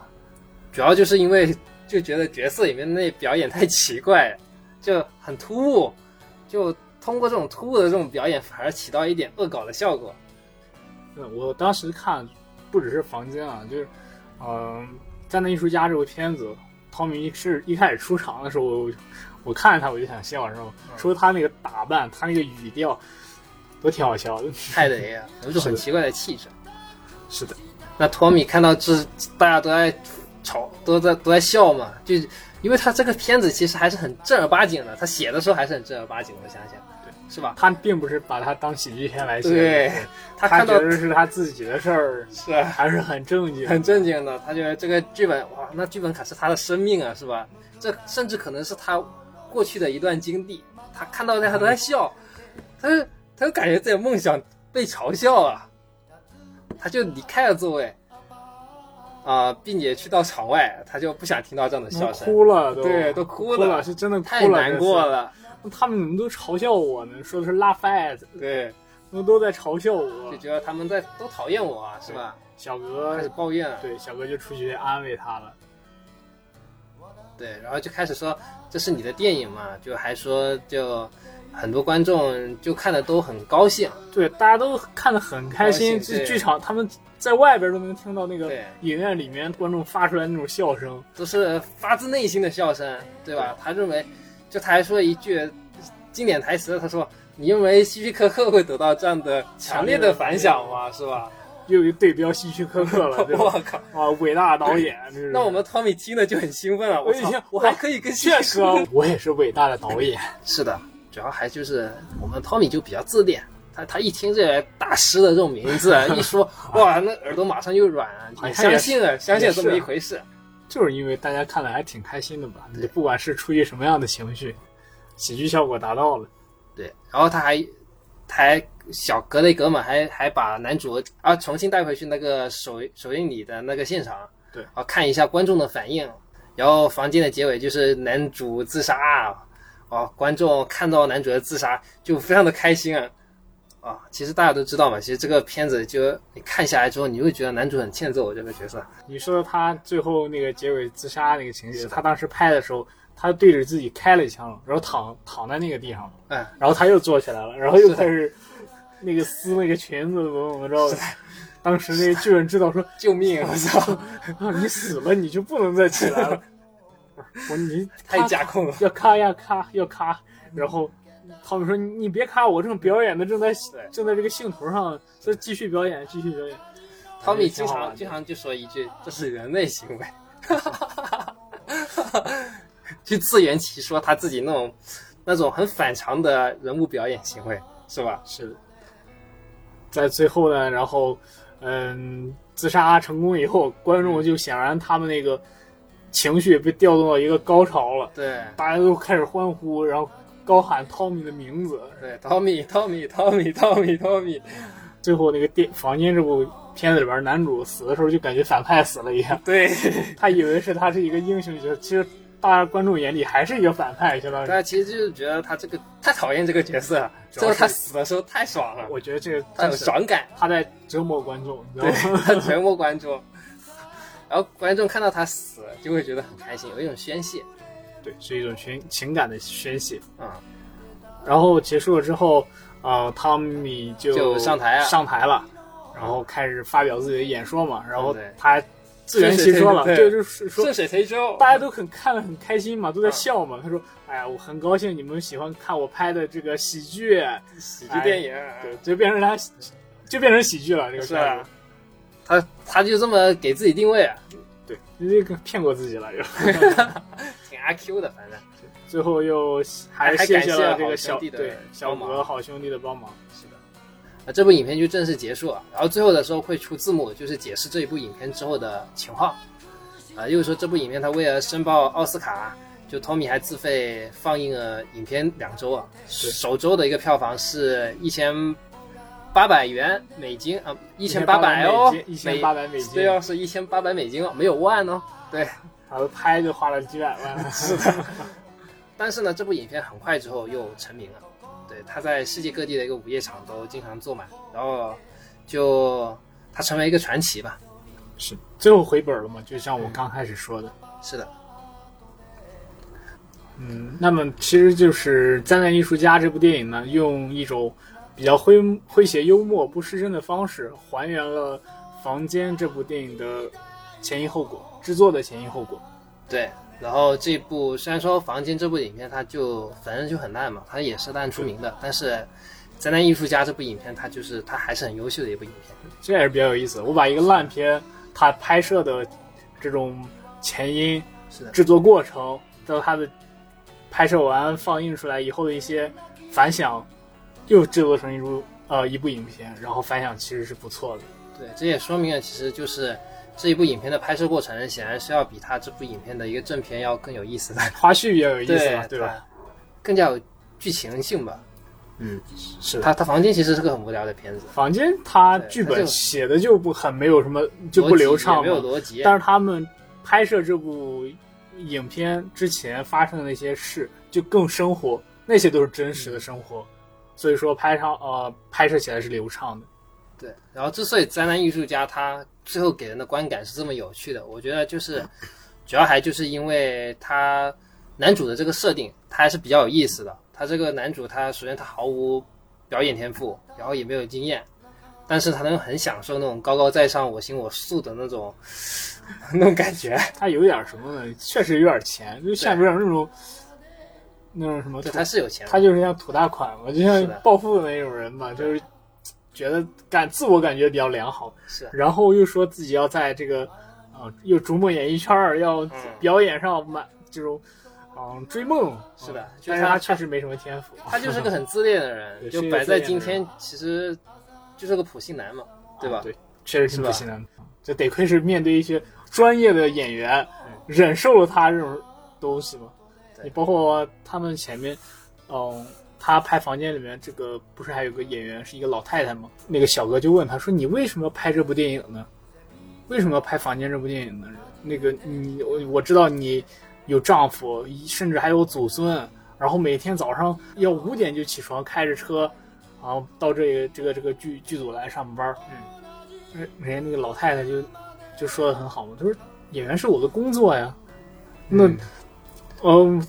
S1: 主要就是因为就觉得角色里面那表演太奇怪了，就很突兀，就通过这种突兀的这种表演，反而起到一点恶搞的效果。
S2: 嗯，我当时看不只是房间啊，就是嗯，呃灾难艺术家》这部片子，汤米是一开始出场的时候，我我看着他我就想笑，然后
S1: 嗯
S2: 除了他那个打扮，他那个语调都挺好笑的。
S1: 泰雷啊，有一种很奇怪的气质。
S2: 是的，
S1: 那托米看到这大家都在吵，都在都在笑嘛，就因为他这个片子其实还是很正儿八经的，他写的时候还是很正儿八经的，我想想，
S2: 对，
S1: 是吧？
S2: 他并不是把它当喜剧片来写，
S1: 对，他
S2: 他
S1: 看
S2: 觉
S1: 到
S2: 得是他自己的事儿，
S1: 是啊
S2: 还是很正经。
S1: 很正经的，他觉得这个剧本哇，那剧本可是他的生命啊，是吧？这甚至可能是他过去的一段经历，他看到大家都在笑，他就他就感觉自己的梦想被嘲笑了，他就离开了座位。啊、并且去到场外，他就不想听到这样的笑声。
S2: 哭了都，
S1: 对，都
S2: 哭
S1: 哭
S2: 了，
S1: 了，
S2: 是真的哭了，
S1: 太难过
S2: 了。
S1: 了。
S2: 他们怎么都嘲笑我呢？说的是拉菲，
S1: 对，
S2: 他们都在嘲笑我
S1: 就。觉得他们在都讨厌我啊，是吧？
S2: 小
S1: 开始
S2: 哥，
S1: 抱怨了，啊
S2: 对，小哥就出去安慰他了。
S1: 对，然后就开始说这是你的电影嘛，就还说就很多观众就看的都很高兴，
S2: 对，大家都看得很开心。
S1: 高兴
S2: 这
S1: 对
S2: 剧场他们在外边都能听到那个
S1: 对，
S2: 影院里面观众发出来那种笑声。
S1: 都是发自内心的笑声，对吧？他认为，就他还说一句经典台词，他说：“你认为希区柯克会得到这样的强烈的反响吗？是吧
S2: 又一对标希区柯克？”了，对
S1: 我
S2: 吧？
S1: 靠！
S2: 啊，伟大导演，这是
S1: 那我们汤米听了就很兴奋了，
S2: 我
S1: 我
S2: 已
S1: 操
S2: 经
S1: 我还可以跟希
S2: 确
S1: 区
S2: 实
S1: 柯
S2: 啊
S1: 克，
S2: 我也是伟大的导演。
S1: 是的，主要还就是我们 Tommy 就比较自恋，他他一听这大师的这种名字，一说哇，那耳朵马上就软啊，
S2: 好像
S1: 也相信了，相信
S2: 也
S1: 了
S2: 是
S1: 这么一回事。
S2: 就是因为大家看了还挺开心的吧？你不管是出于什么样的情绪，喜剧效果达到了。
S1: 对，然后他还他还小格雷格嘛，还还把男主啊重新带回去那个首首映礼的那个现场，
S2: 对
S1: 啊看一下观众的反应。然后房间的结尾就是男主自杀啊，哦，观众看到男主的自杀就非常的开心啊。啊，其实大家都知道嘛，其实这个片子就你看下来之后，你会觉得男主很欠揍这个角色，
S2: 你说他最后那个结尾自杀那个情节，他当时拍的时候，他对着自己开了一枪，然后躺躺在那个地上，
S1: 嗯，
S2: 然后他又坐起来了，然后又
S1: 是的
S2: 开始那个撕那个裙子，怎么怎么着的。当时那个剧本指导说
S1: 救命！我操，：“
S2: 啊，你死了，你就不能再起 来了。”我说你
S1: 太架空了。
S2: 要咔呀咔要咔，然后他们说你别看我正表演的正在正在这个兴头上，再继续表演，继续表演。
S1: 汤米经常经常就说一句：“这是人类行为。”去自圆其说他自己那种那种很反常的人物表演行为，是吧？
S2: 是的。在最后呢，然后嗯，自杀成功以后，观众就显然他们那个情绪被调动到一个高潮了，
S1: 对
S2: 大家都开始欢呼，然后高喊汤米的名字。
S1: 对，汤米，汤米，汤米，汤米，汤米，
S2: 最后那个电房间这部片子里边，男主死的时候就感觉反派死了一样，
S1: 对。
S2: 他以为是他是一个英雄角色，其实大家观众眼里还是一个反派，相当于
S1: 大。家啊其实就是觉得他这个太讨厌这个角色了，
S2: 主
S1: 最
S2: 要
S1: 后
S2: 是
S1: 他死的时候太爽了，
S2: 我觉得这个
S1: 他
S2: 真
S1: 有
S2: 是
S1: 爽感，
S2: 他在折磨观众，你知
S1: 对
S2: 道吗？
S1: 他折磨观众，然后观众看到他死就会觉得很开心，有一种宣泄
S2: 对，是一种情情感的宣泄。
S1: 啊、
S2: 然后结束了之后，啊，汤米就
S1: 就上台啊
S2: 上台了，然后开始发表自己的演说嘛，然后
S1: 嗯对
S2: 他自圆其说了，
S1: 对
S2: 就
S1: 对
S2: 就是说
S1: 顺水推舟，
S2: 大家都很看得很开心嘛，都在
S1: 嗯
S2: 笑嘛。他说：“哎呀，我很高兴你们喜欢看我拍的这个喜剧，
S1: 喜剧电影啊，
S2: 哎对，就变成他，就变成喜剧了。”这个
S1: 是
S2: 片
S1: 啊
S2: 子，，
S1: 他他就这么给自己定位啊，
S2: 对，你这个骗过自己了，就
S1: 挺阿 Q 的，反正
S2: 最后又还
S1: 还
S2: 谢
S1: 感
S2: 谢
S1: 谢
S2: 了这
S1: 好兄
S2: 个小
S1: 弟的
S2: 对小
S1: 帮忙
S2: 鹅好兄弟的帮忙。
S1: 是的。啊，这部影片就正式结束了，然后最后的时候会出字幕，就是解释这一部影片之后的情况。啊，又说这部影片它为了申报奥斯卡，就托米还自费放映了影片两周啊，
S2: 是
S1: 首周的一个票房是一千八百元美金啊，一千八百哦，
S2: 一千八百美金，
S1: 对哦，是一千八百美金哦，没有万哦，对。
S2: 然后拍就花了几百万，是的，
S1: 但是呢，这部影片很快之后又成名了，对，它在世界各地的一个午夜场都经常坐满，然后就它成为一个传奇吧。
S2: 是最后回本了嘛？就像我刚开始说的，
S1: 是的，
S2: 嗯，那么其实就是《灾难艺术家》这部电影呢，用一种比较诙诙谐、幽默、不失真的方式，还原了《房间》这部电影的前因后果，制作的前因后果。
S1: 对。然后这部虽然说《房间》这部影片它就反正就很烂嘛，它也是烂出名的，但是《灾难艺术家》这部影片它就是它还是很优秀的一部影片。
S2: 这也是比较有意思。我把一个烂片它拍摄的这种前因、
S1: 是的，
S2: 制作过程，到它的拍摄完放映出来以后的一些反响，又制作成一部呃一部影片，然后反响其实是不错的。
S1: 对，这也说明了其实就是这一部影片的拍摄过程显然是要比它这部影片的一个正片要更有意思的，
S2: 花絮也有意思嘛，
S1: 对
S2: 对吧？？
S1: 更加有剧情性吧。
S2: 嗯是
S1: 他他房间其实是个很无聊的片子，
S2: 房间它剧
S1: 它
S2: 本
S1: 就
S2: 写的就不很没有什么就不流畅
S1: 逻辑也没
S2: 嘛，
S1: 有逻辑。
S2: 但是他们拍摄这部影片之前发生的那些事就更生活，那些都是真实的生活，所以说拍上呃拍摄起来是流畅的。
S1: 对，然后之所以灾难艺术家他最后给人的观感是这么有趣的，我觉得就是主要还就是因为他男主的这个设定，他还是比较有意思的。他这个男主他首先他毫无表演天赋，然后也没有经验。但是他能很享受那种高高在上、我行我素的那种 那种感觉，
S2: 它有点什么呢？确实有点钱，就像有点那种那种什么
S1: 对，
S2: 土，
S1: 他是有钱的，
S2: 他就是像土大款嘛，就是像
S1: 的
S2: 暴富的那种人嘛，就是觉得感自我感觉比较良好。
S1: 是啊
S2: 然后又说自己要在这个，呃，又逐梦演艺圈儿，要
S1: 嗯
S2: 表演上满这种，嗯、追梦。啊
S1: 是的
S2: 但
S1: 就是
S2: 是
S1: 他
S2: 他确实没什么天赋。
S1: 他 就是个很自恋的人，
S2: 对
S1: 就是
S2: 一个
S1: 摆在
S2: 自恋
S1: 今
S2: 的人
S1: 天其实就是个普信男嘛，哎对吧？
S2: 对，确实挺
S1: 是吧
S2: 不行的。就得亏是面对一些专业的演员，忍受了他这种东西嘛。
S1: 对
S2: 你包括他们前面，嗯、他拍房间里面这个不是还有个演员是一个老太太吗？那个小哥就问他说：“你为什么要拍这部电影呢？为什么要拍房间这部电影呢？那个你我我知道你有丈夫，甚至还有祖孙，然后每天早上要五点就起床，开着车，然后到这个这个这个剧剧组来上班。嗯，人家那个老太太就就说的很好嘛，她说演员是我的工作呀。那，嗯、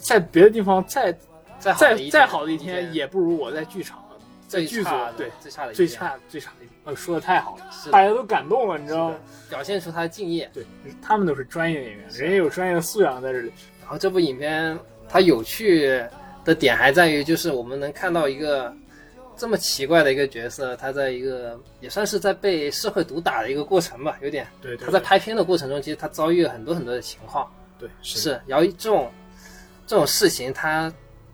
S2: 在别的地方再
S1: 再
S2: 再
S1: 好
S2: 再
S1: 好
S2: 好的一天，也不如我在剧场，在
S1: 最
S2: 剧组
S1: 差的
S2: 对
S1: 最差的一
S2: 最
S1: 天，
S2: 差最差的一天。呃，说的太好了，
S1: 是的
S2: 大家都感动了，你知道吗
S1: 是？表现出他的敬业。
S2: 对，他们都是专业演员，人家有专业的素养在这里。
S1: 然后这部影片它有趣，的点还在于，就是我们能看到一个这么奇怪的一个角色，他在一个也算是在被社会毒打的一个过程吧，有点。
S2: 对，对
S1: 他在拍片的过程中，其实他遭遇了很多很多的情况，
S2: 对是
S1: 是，然后这种这种事情他，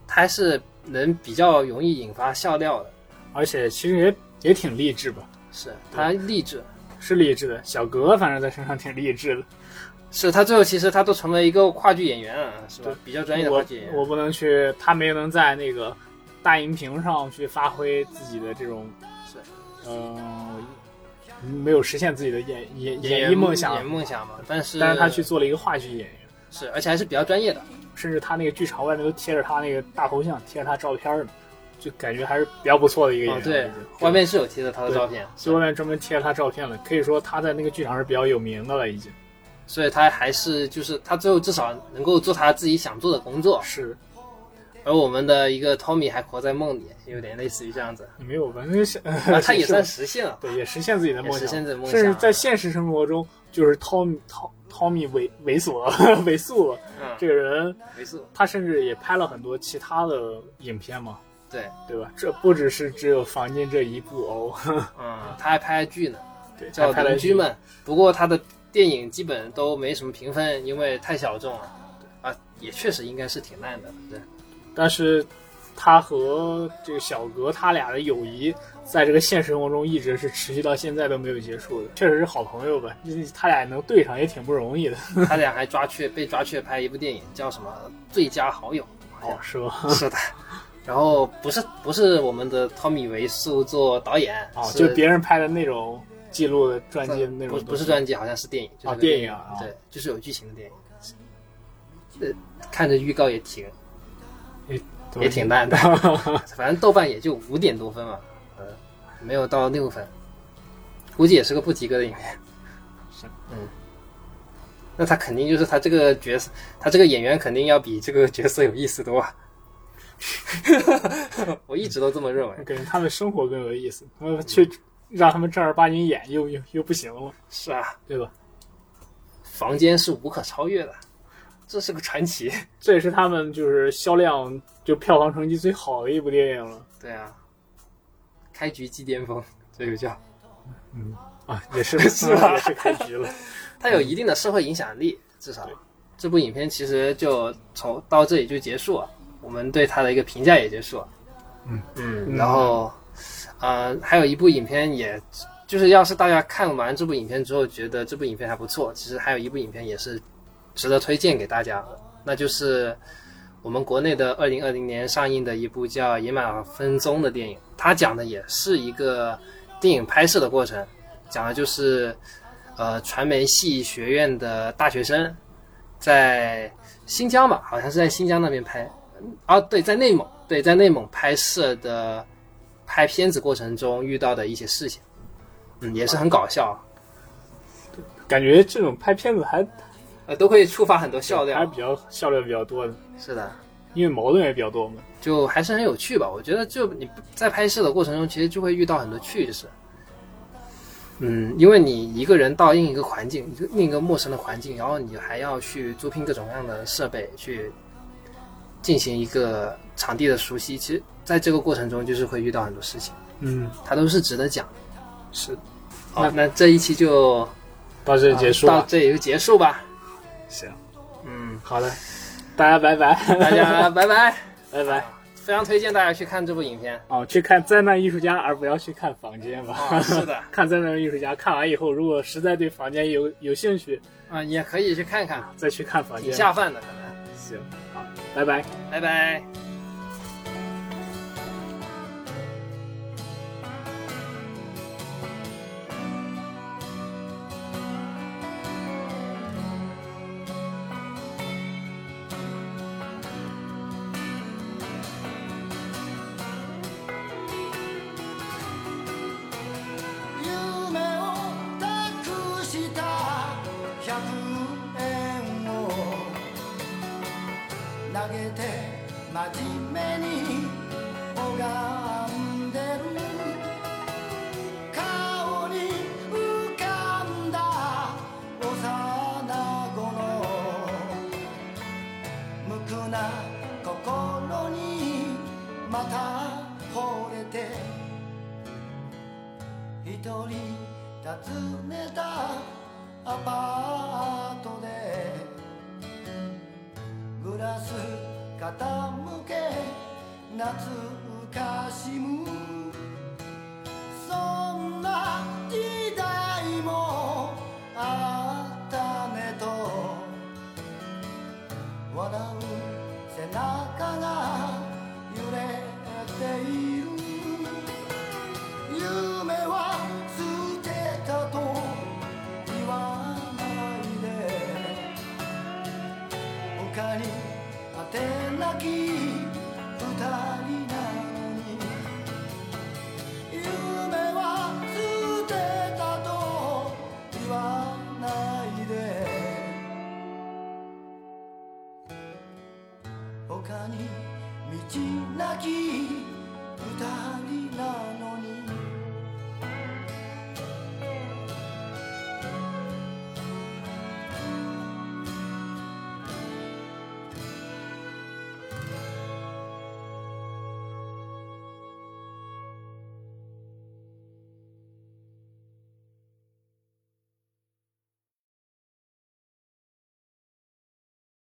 S1: 他还是能比较容易引发笑料的，
S2: 而且其实也也挺励志吧，
S1: 是他励志，
S2: 是励志的。小格反正在身上挺励志的，
S1: 是他最后其实他都成为一个话剧演员了，是吧
S2: 对？
S1: 比较专业的话
S2: 我
S1: 剧演员，
S2: 我不能去，他没能在那个大荧屏上去发挥自己的这种，
S1: 是
S2: 呃，没有实现自己的演演
S1: 演
S2: 演艺梦想
S1: 演，梦想嘛，但是
S2: 但是他去做了一个话剧演员。
S1: 是，而且还是比较专业的，
S2: 甚至他那个剧场外面都贴着他那个大头像，贴着他照片儿呢，就感觉还是比较不错的一个演
S1: 哦
S2: 员。
S1: 对
S2: 就是，
S1: 外面是有贴着他的照片，
S2: 就外面专门贴着他照片了，可以说他在那个剧场是比较有名的了，已经
S1: 所以他还是就是他最后至少能够做他自己想做的工作，
S2: 是
S1: 而我们的一个 Tommy 还活在梦里，有点类似于这 样子，
S2: 没有吧？那个是、
S1: 啊他也算实现了。
S2: 对，也实现自己的梦想，
S1: 也实现自己的梦想啊
S2: 甚至在现实生活中，就是 Tom Tom Tommy 猥猥琐 猥琐了
S1: 嗯，
S2: 这个人，
S1: 没错，
S2: 他甚至也拍了很多其他的影片嘛，
S1: 对，
S2: 对吧？这不只是只有房间这一部哦，
S1: 嗯，他还拍了剧呢，
S2: 对，
S1: 叫
S2: 还拍
S1: 《
S2: 了
S1: 邻居们》，不过他的电影基本都没什么评分，因为太小众了，啊，也确实应该是挺烂的， 对，
S2: 但是他和这个小格他俩的友谊，在这个现实生活中一直是持续到现在都没有结束的，确实是好朋友吧。你他俩能对上也挺不容易的。
S1: 他俩还抓去被抓去拍一部电影，叫什么《最佳好友》，好
S2: 哦，是吧？
S1: 像是的。然后不是不是我们的汤米维素做导演，
S2: 哦，
S1: 是呃
S2: 就别人拍的那种记录的传记那种
S1: 不
S2: 东西，
S1: 不是专辑，好像是电影，就是
S2: 啊
S1: 个
S2: 电
S1: 影
S2: 影啊
S1: 对，就是有剧情的电影。呃，看着预告也挺
S2: 对
S1: 也挺烂的，反正豆瓣也就五点多分嘛，呃，没有到六分，估计也是个不及格的影片。
S2: 是
S1: 嗯，那他肯定就是他这个角色，他这个演员肯定要比这个角色有意思多。啊。 我一直都这么认为。
S2: 感觉他们生活更有意思。他们去让他们正儿八经演，又又又不行了，
S1: 是啊，
S2: 对吧？
S1: 房间是无可超越的，这是个传奇。
S2: 这也是他们就是销量就票房成绩最好的一部电影了。
S1: 对啊，开局即巅峰，这个叫
S2: 啊，也 是
S1: 是吧
S2: 也是开局了。
S1: 它有一定的社会影响力，至少这部影片其实就从到这里就结束了，我们对它的一个评价也结束了。
S2: 嗯
S1: 嗯，然后呃，还有一部影片也。就是要是大家看完这部影片之后觉得这部影片还不错，其实还有一部影片也是值得推荐给大家的，那就是我们国内的二零二零年上映的一部叫《野马分鬃》的电影。它讲的也是一个电影拍摄的过程，讲的就是呃传媒系学院的大学生在新疆吧，好像是在新疆那边拍，嗯啊对，在内蒙，对，在内蒙拍摄的拍片子过程中遇到的一些事情，嗯，也是很搞笑，
S2: 感觉这种拍片子还
S1: 呃，都会触发很多笑
S2: 还是
S1: 料。
S2: 比较笑料比较多的，
S1: 是的，
S2: 因为矛盾也比较多嘛。
S1: 就还是很有趣吧。我觉得就你在拍摄的过程中，其实就会遇到很多趣事。嗯，因为你一个人到另一个环境，一个另一个陌生的环境，然后你还要去租聘各种各样的设备去进行一个场地的熟悉。其实，在这个过程中，就是会遇到很多事情，
S2: 嗯，
S1: 它都是值得讲的。
S2: 是。
S1: 好，那这一期就
S2: 到这里结束
S1: 到
S2: 了。
S1: 这里就结束吧。
S2: 行，
S1: 嗯，
S2: 好的，大家拜拜，
S1: 大 家拜拜。
S2: 拜拜。
S1: 非常推荐大家去看这部影片。
S2: 哦，去看《灾难艺术家》，而不要去看《房间》吧。
S1: 啊是的
S2: 看《灾难艺术家》，看完以后，如果实在对《房间有》有兴趣，
S1: 啊、也可以去看看，
S2: 再去看《房
S1: 挺
S2: 间》。
S1: 下饭的，可能。
S2: 行，好，拜拜。
S1: 拜拜。
S3: 「夢を託した百円を」「投げて真面目に拝んでる」「顔に浮かんだ幼子の」「無垢な心に」人訪ねたアパートでグラス傾け懐かしむそんな時代もあったねと笑う背中が揺れている夢は捨てたと言わないで他に当てなき二人